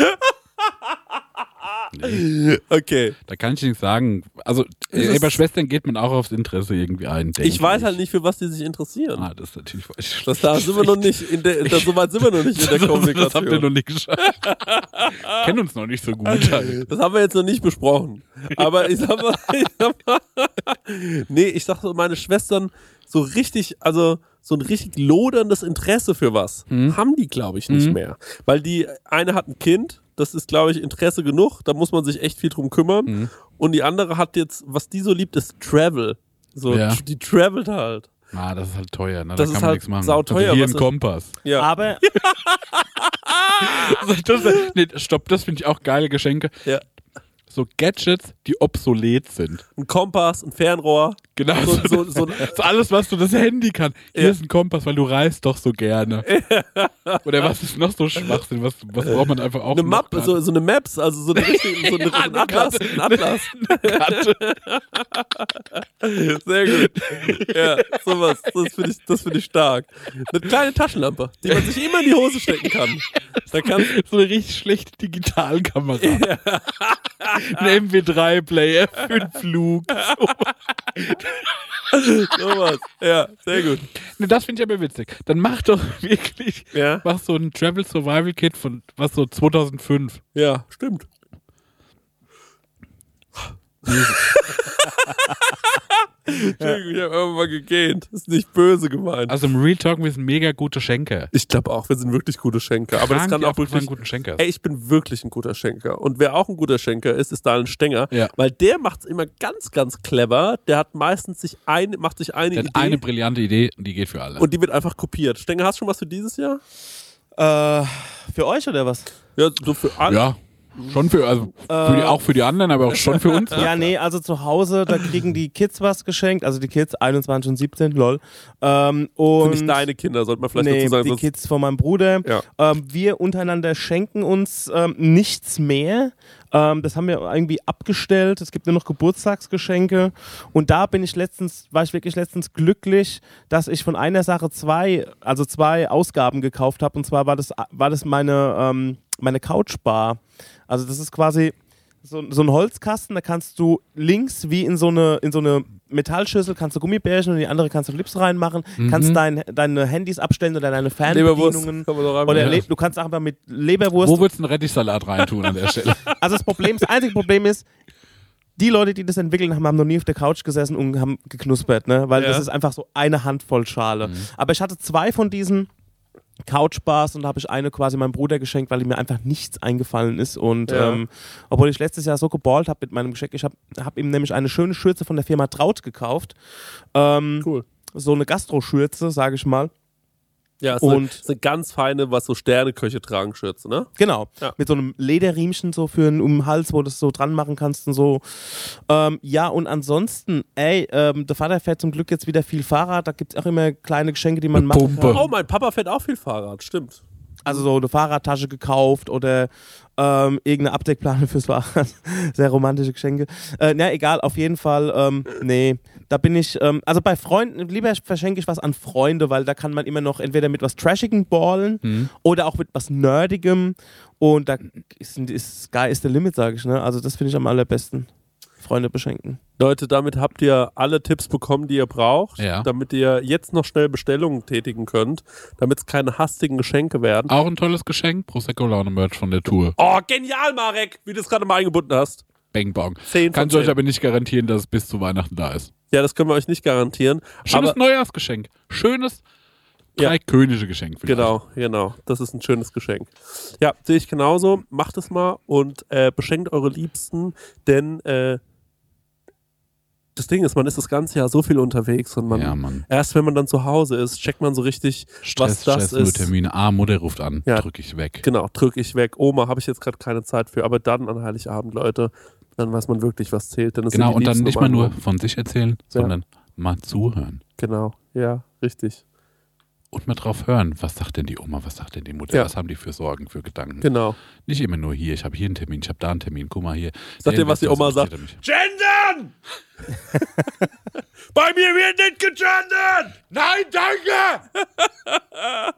Speaker 2: Okay.
Speaker 3: Da kann ich nichts sagen. Also, äh,
Speaker 2: ist-
Speaker 3: bei Schwestern geht man auch aufs Interesse irgendwie ein. denke
Speaker 2: Ich weiß halt nicht, für was die sich interessieren.
Speaker 3: Ah, das ist natürlich falsch.
Speaker 2: Das da sind wir noch nicht in der, da, so weit sind wir noch nicht in der
Speaker 3: Das habt ihr noch
Speaker 2: Kommunikation.
Speaker 3: nicht geschafft. Kennen uns noch nicht so gut.
Speaker 2: Das haben wir jetzt noch nicht besprochen. Aber ich sag mal, ich sag mal nee, ich sag so, meine Schwestern so richtig, also so ein richtig loderndes Interesse für was
Speaker 3: Mhm.
Speaker 2: haben die, glaube ich, nicht
Speaker 3: Mhm.
Speaker 2: mehr. Weil die eine hat ein Kind, das ist, glaube ich, Interesse genug, da muss man sich echt viel drum kümmern.
Speaker 3: Mhm.
Speaker 2: Und die andere hat jetzt, was die so liebt, ist Travel. So,
Speaker 3: Ja.
Speaker 2: die travelt halt.
Speaker 3: Ah, das ist halt teuer, ne?
Speaker 2: Das
Speaker 3: da
Speaker 2: ist
Speaker 3: kann man
Speaker 2: halt
Speaker 3: nichts machen.
Speaker 2: sauteuer,
Speaker 3: Also hier
Speaker 2: was
Speaker 3: ein
Speaker 2: ist-
Speaker 3: Kompass.
Speaker 2: Ja.
Speaker 5: Aber
Speaker 3: Das, nee, stopp, das finde ich auch geile Geschenke.
Speaker 2: Ja.
Speaker 3: So Gadgets, die obsolet sind.
Speaker 2: ein Kompass, ein Fernrohr.
Speaker 3: Genau.
Speaker 2: So, so,
Speaker 3: so,
Speaker 2: so,
Speaker 3: alles, was du das Handy kann. Hier
Speaker 2: Ja.
Speaker 3: ist ein Kompass, weil du reist doch so gerne. Oder was ist noch so Schwachsinn? Was, was braucht man einfach auch?
Speaker 2: eine
Speaker 3: noch
Speaker 2: Mappe,
Speaker 3: gerade?
Speaker 2: so, so eine Maps, also so, eine richtige, so, eine, so
Speaker 3: Ja,
Speaker 2: ein Atlas.
Speaker 3: Karte.
Speaker 2: Ein Atlas.
Speaker 3: Eine Karte.
Speaker 2: Sehr gut. Ja, sowas. Das finde ich, das find ich stark. Eine kleine Taschenlampe, die man sich immer in die Hose stecken kann. Da kann
Speaker 3: so eine richtig schlechte Digitalkamera. Ein MP3-Player für den Flug.
Speaker 2: sowas. Ja, sehr gut.
Speaker 3: Ne, das finde ich aber witzig. Dann mach doch wirklich,
Speaker 2: Ja.
Speaker 3: mach so ein Travel Survival Kit von, was so 2005.
Speaker 2: Ja, stimmt. Entschuldigung, ich habe irgendwann gegähnt. Ist nicht böse gemeint.
Speaker 3: Also im Real Talk, wir sind mega gute Schenker.
Speaker 2: ich glaube auch, wir sind wirklich gute Schenker. Aber das
Speaker 3: Krank,
Speaker 2: kann
Speaker 3: wie
Speaker 2: auch
Speaker 3: oft man einen
Speaker 2: wirklich
Speaker 3: guten Schenker. ist.
Speaker 2: Ey, ich bin wirklich ein guter Schenker. Und wer auch ein guter Schenker ist, ist Dahlen Stenger.
Speaker 3: Ja.
Speaker 2: Weil der macht's immer ganz, ganz clever. Der hat meistens sich eine, macht sich eine
Speaker 3: Der
Speaker 2: Idee
Speaker 3: hat eine brillante Idee und die geht für alle.
Speaker 2: und die wird einfach kopiert. Stenger, hast du schon was für dieses Jahr?
Speaker 5: äh, für euch oder was?
Speaker 2: Ja, so für alle.
Speaker 3: ja, schon für, also für
Speaker 2: Äh,
Speaker 3: die, auch für die anderen, aber auch schon für uns.
Speaker 5: Ja, nee, also zu Hause, da kriegen die Kids was geschenkt, also die Kids 21 und 17, lol. Ähm, und
Speaker 2: Nicht deine Kinder, sollte man vielleicht
Speaker 5: nee,
Speaker 2: dazu sagen.
Speaker 5: die
Speaker 2: sonst-
Speaker 5: Kids von meinem Bruder.
Speaker 2: Ja.
Speaker 5: Ähm, wir untereinander schenken uns ähm, nichts mehr. Ähm, das haben wir irgendwie abgestellt. Es gibt nur noch Geburtstagsgeschenke. Und da bin ich letztens, war ich wirklich letztens glücklich, dass ich von einer Sache zwei, also zwei Ausgaben gekauft habe. Und zwar war das, war das meine, ähm, meine Couchbar. Also das ist quasi so, so ein Holzkasten, da kannst du links wie in so eine, in so eine Metallschüssel kannst du Gummibärchen und in die andere kannst du Clips reinmachen, kannst dein, deine Handys abstellen oder deine
Speaker 2: Leberwurst.
Speaker 5: Fernbedienungen.
Speaker 2: Kann man doch
Speaker 5: Oder
Speaker 2: reinmachen.
Speaker 5: Le du kannst auch mal mit Leberwurst.
Speaker 3: Wo würdest du einen Rettichsalat reintun an der Stelle?
Speaker 5: also das Problem, das einzige Problem ist, die Leute, die das entwickeln haben, haben noch nie auf der Couch gesessen und haben geknuspert, ne? Weil
Speaker 2: Ja. Mhm.
Speaker 5: das ist einfach so eine Handvoll Schale. Aber ich hatte zwei von diesen Couchbars und da habe ich eine quasi meinem Bruder geschenkt, weil ihm mir einfach nichts eingefallen ist. Und
Speaker 2: Ja.
Speaker 5: ähm, obwohl ich letztes Jahr so geballt habe mit meinem Geschenk, ich habe hab ihm nämlich eine schöne Schürze von der Firma Traut gekauft. Ähm,
Speaker 2: Cool.
Speaker 5: So eine Gastro-Schürze, sage ich mal.
Speaker 2: Ja, ist eine,
Speaker 5: und-
Speaker 2: ist eine ganz feine, was so Sterneköche tragen, Schürze, ne?
Speaker 5: Genau.
Speaker 2: Ja.
Speaker 5: Mit so einem Lederriemchen so für einen um den Hals, wo du es so dran machen kannst und so. Ähm, ja, und ansonsten, ey, ähm, der Vater fährt zum Glück jetzt wieder viel Fahrrad. Da gibt es auch immer kleine Geschenke, die man
Speaker 3: Eine
Speaker 5: machen
Speaker 3: Pumpe.
Speaker 5: kann.
Speaker 2: Oh, mein Papa fährt auch viel Fahrrad, stimmt.
Speaker 5: Also so eine Fahrradtasche gekauft oder ähm, irgendeine Abdeckplane fürs Fahrrad. Sehr romantische Geschenke. Äh, na, egal, auf jeden Fall. Ähm, nee, da bin ich, ähm, also bei Freunden, lieber verschenke ich was an Freunde, weil da kann man immer noch entweder mit was Trashigem ballen oder auch mit was Nerdigem. Und da ist, ist Sky is the Limit, sage ich. Ne? Also das finde ich am allerbesten. Freunde beschenken.
Speaker 2: Leute, damit habt ihr alle Tipps bekommen, die ihr braucht,
Speaker 3: Ja.
Speaker 2: damit ihr jetzt noch schnell Bestellungen tätigen könnt, damit es keine hastigen Geschenke werden.
Speaker 3: auch ein tolles Geschenk. Prosecco Laune Merch von der Tour.
Speaker 2: Oh, genial, Marek, wie du es gerade mal eingebunden hast.
Speaker 3: Bang Bang.
Speaker 2: Zehn von
Speaker 3: Kann ich euch
Speaker 2: zehn.
Speaker 3: aber nicht garantieren, dass es bis zu Weihnachten da ist.
Speaker 2: Ja, das können wir euch nicht garantieren.
Speaker 3: Schönes
Speaker 2: aber,
Speaker 3: Neujahrsgeschenk. Schönes
Speaker 2: Ja.
Speaker 3: drei Könige Geschenk. vielleicht.
Speaker 2: genau, genau. Das ist ein schönes Geschenk. Ja, sehe ich genauso. Macht es mal und äh, beschenkt eure Liebsten, denn äh, das Ding ist, man ist das ganze Jahr so viel unterwegs und man
Speaker 3: Ja, Mann.
Speaker 2: erst wenn man dann zu Hause ist, checkt man so richtig, was
Speaker 3: Stress,
Speaker 2: das
Speaker 3: Stress, nur
Speaker 2: ist.
Speaker 3: Termine. Ah, Mutter ruft an.
Speaker 2: Ja.
Speaker 3: Drück ich weg.
Speaker 2: Genau, drücke ich weg. Oma, habe ich jetzt gerade keine Zeit für, aber dann an Heiligabend, Leute, dann weiß man wirklich, was zählt. Dann ist
Speaker 3: Genau, und dann nicht mal nur von sich erzählen,
Speaker 2: Ja.
Speaker 3: sondern mal zuhören.
Speaker 2: Genau, ja, richtig.
Speaker 3: Und mal drauf hören, was sagt denn die Oma, was sagt denn die Mutter,
Speaker 2: Ja.
Speaker 3: was haben die für Sorgen, für Gedanken.
Speaker 2: Genau.
Speaker 3: Nicht immer nur hier, ich habe hier einen Termin, ich habe da einen Termin, guck mal hier.
Speaker 2: Sag dir, was die Oma sagt.
Speaker 1: Gendern! Bei mir wird nicht gegendert! Nein, danke!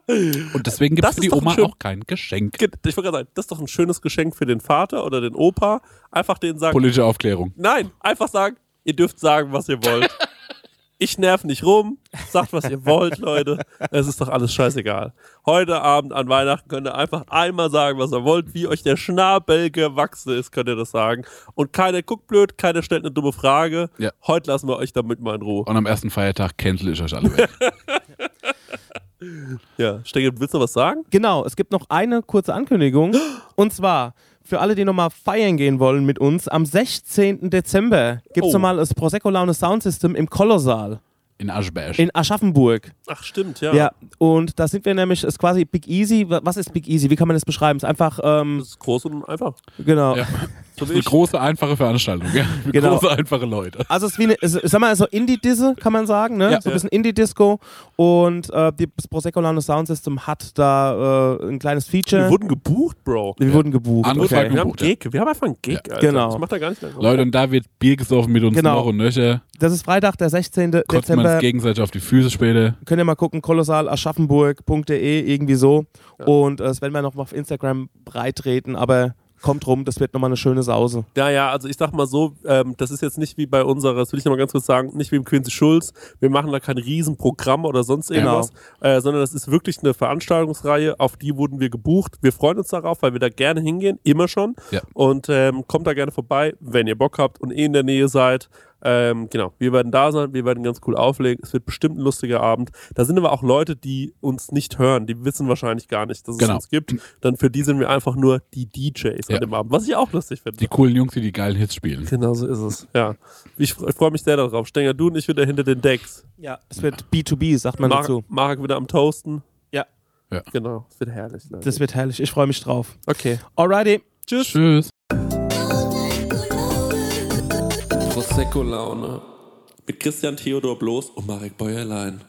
Speaker 3: Und deswegen gibt
Speaker 2: Das
Speaker 3: es für
Speaker 2: ist
Speaker 3: die
Speaker 2: doch ein
Speaker 3: Oma
Speaker 2: schön-
Speaker 3: auch kein Geschenk.
Speaker 2: Ge- Ich wollte gerade sagen, das ist doch ein schönes Geschenk für den Vater oder den Opa. Einfach denen sagen,
Speaker 3: Politische Aufklärung.
Speaker 2: nein, einfach sagen, ihr dürft sagen, was ihr wollt. Ich nerv nicht rum, sagt, was ihr wollt, Leute. Es ist doch alles scheißegal. Heute Abend an Weihnachten könnt ihr einfach einmal sagen, was ihr wollt, wie euch der Schnabel gewachsen ist, könnt ihr das sagen. Und keiner guckt blöd, keiner stellt eine dumme Frage.
Speaker 3: Ja.
Speaker 2: Heute lassen wir euch damit mal in Ruhe.
Speaker 3: Und am ersten Feiertag cancel ich euch alle weg.
Speaker 2: Ja, Stecke, willst du noch was sagen?
Speaker 5: Genau, es gibt noch eine kurze Ankündigung. Und zwar, für alle, die nochmal feiern gehen wollen mit uns, am 16. Dezember gibt es
Speaker 2: Oh.
Speaker 5: nochmal das Prosecco Laune Sound System im Kolossal
Speaker 3: In Aschbash.
Speaker 5: in Aschaffenburg.
Speaker 2: Ach, stimmt, ja.
Speaker 5: Ja. und da sind wir nämlich, ist quasi Big Easy. Wa- Was ist Big Easy? Wie kann man das beschreiben? Es ist einfach, ähm,
Speaker 2: Das ist groß und einfach.
Speaker 5: genau.
Speaker 3: Ja.
Speaker 2: So
Speaker 3: Das ist
Speaker 2: wie
Speaker 3: eine
Speaker 2: ich.
Speaker 3: große, einfache Veranstaltung. Ja. Für
Speaker 5: Genau.
Speaker 3: Große, einfache Leute.
Speaker 5: Also es ist wie eine, es ist- sag mal, so Indie-Disse, kann man sagen, ne?
Speaker 3: Ja.
Speaker 5: So ein bisschen Indie-Disco. Und äh, die, das Prosecco Laune Sound System hat da äh, ein kleines
Speaker 2: Wir
Speaker 5: Feature.
Speaker 2: wurden gebucht, Bro.
Speaker 5: Wir wurden gebucht.
Speaker 3: Anfrage
Speaker 5: okay.
Speaker 2: Wir haben
Speaker 3: gebucht,
Speaker 2: Gig. Wir haben einfach einen Gig, Alter.
Speaker 5: Genau.
Speaker 2: Das macht er gar nicht lange.
Speaker 3: Leute, und da wird Bier gesoffen mit uns
Speaker 5: Genau.
Speaker 3: noch und nöcher.
Speaker 5: Das ist Freitag, der 16.
Speaker 3: Kotzt man
Speaker 5: Dezember.
Speaker 3: uns gegenseitig auf die Füße später.
Speaker 5: könnt ihr mal gucken, kolossalascharffenburg.de, irgendwie so. Und äh, das werden wir noch mal auf Instagram breitreten, aber kommt rum, das wird nochmal eine schöne Sause.
Speaker 2: Ja, ja, also ich sag mal so, ähm, das ist jetzt nicht wie bei unserer, das will ich nochmal ganz kurz sagen, nicht wie im Quincy Schulz. Wir machen da kein Riesenprogramm oder sonst
Speaker 3: Genau.
Speaker 2: irgendwas, äh, sondern das ist wirklich eine Veranstaltungsreihe, auf die wurden wir gebucht. Wir freuen uns darauf, weil wir da gerne hingehen, immer schon.
Speaker 3: Ja.
Speaker 2: Und ähm, kommt da gerne vorbei, wenn ihr Bock habt und eh in der Nähe seid. Ähm, genau, wir werden da sein, wir werden ganz cool auflegen. Es wird bestimmt ein lustiger Abend. Da sind aber auch Leute, die uns nicht hören, die wissen wahrscheinlich gar nicht, dass es
Speaker 3: Genau.
Speaker 2: uns gibt. Dann für die sind wir einfach nur die DJs
Speaker 3: Ja.
Speaker 2: an dem Abend, was ich auch lustig finde.
Speaker 3: Die coolen Jungs, die die geilen Hits spielen.
Speaker 2: Genau so ist es, ja. Ich, fre- ich freue mich sehr darauf. Stenger, du und ich wieder hinter den Decks.
Speaker 5: Ja, es wird B2B, sagt man
Speaker 2: Marc,
Speaker 5: dazu.
Speaker 2: Marc wieder am Toasten.
Speaker 5: Ja.
Speaker 3: Ja.
Speaker 2: Genau, es wird herrlich. Leute.
Speaker 5: Das wird herrlich, ich freue mich drauf.
Speaker 2: okay.
Speaker 5: Alrighty, tschüss.
Speaker 3: Tschüss.
Speaker 1: Prosecco-Laune. Mit Christian Theodor Bloß und Marek Bäuerlein.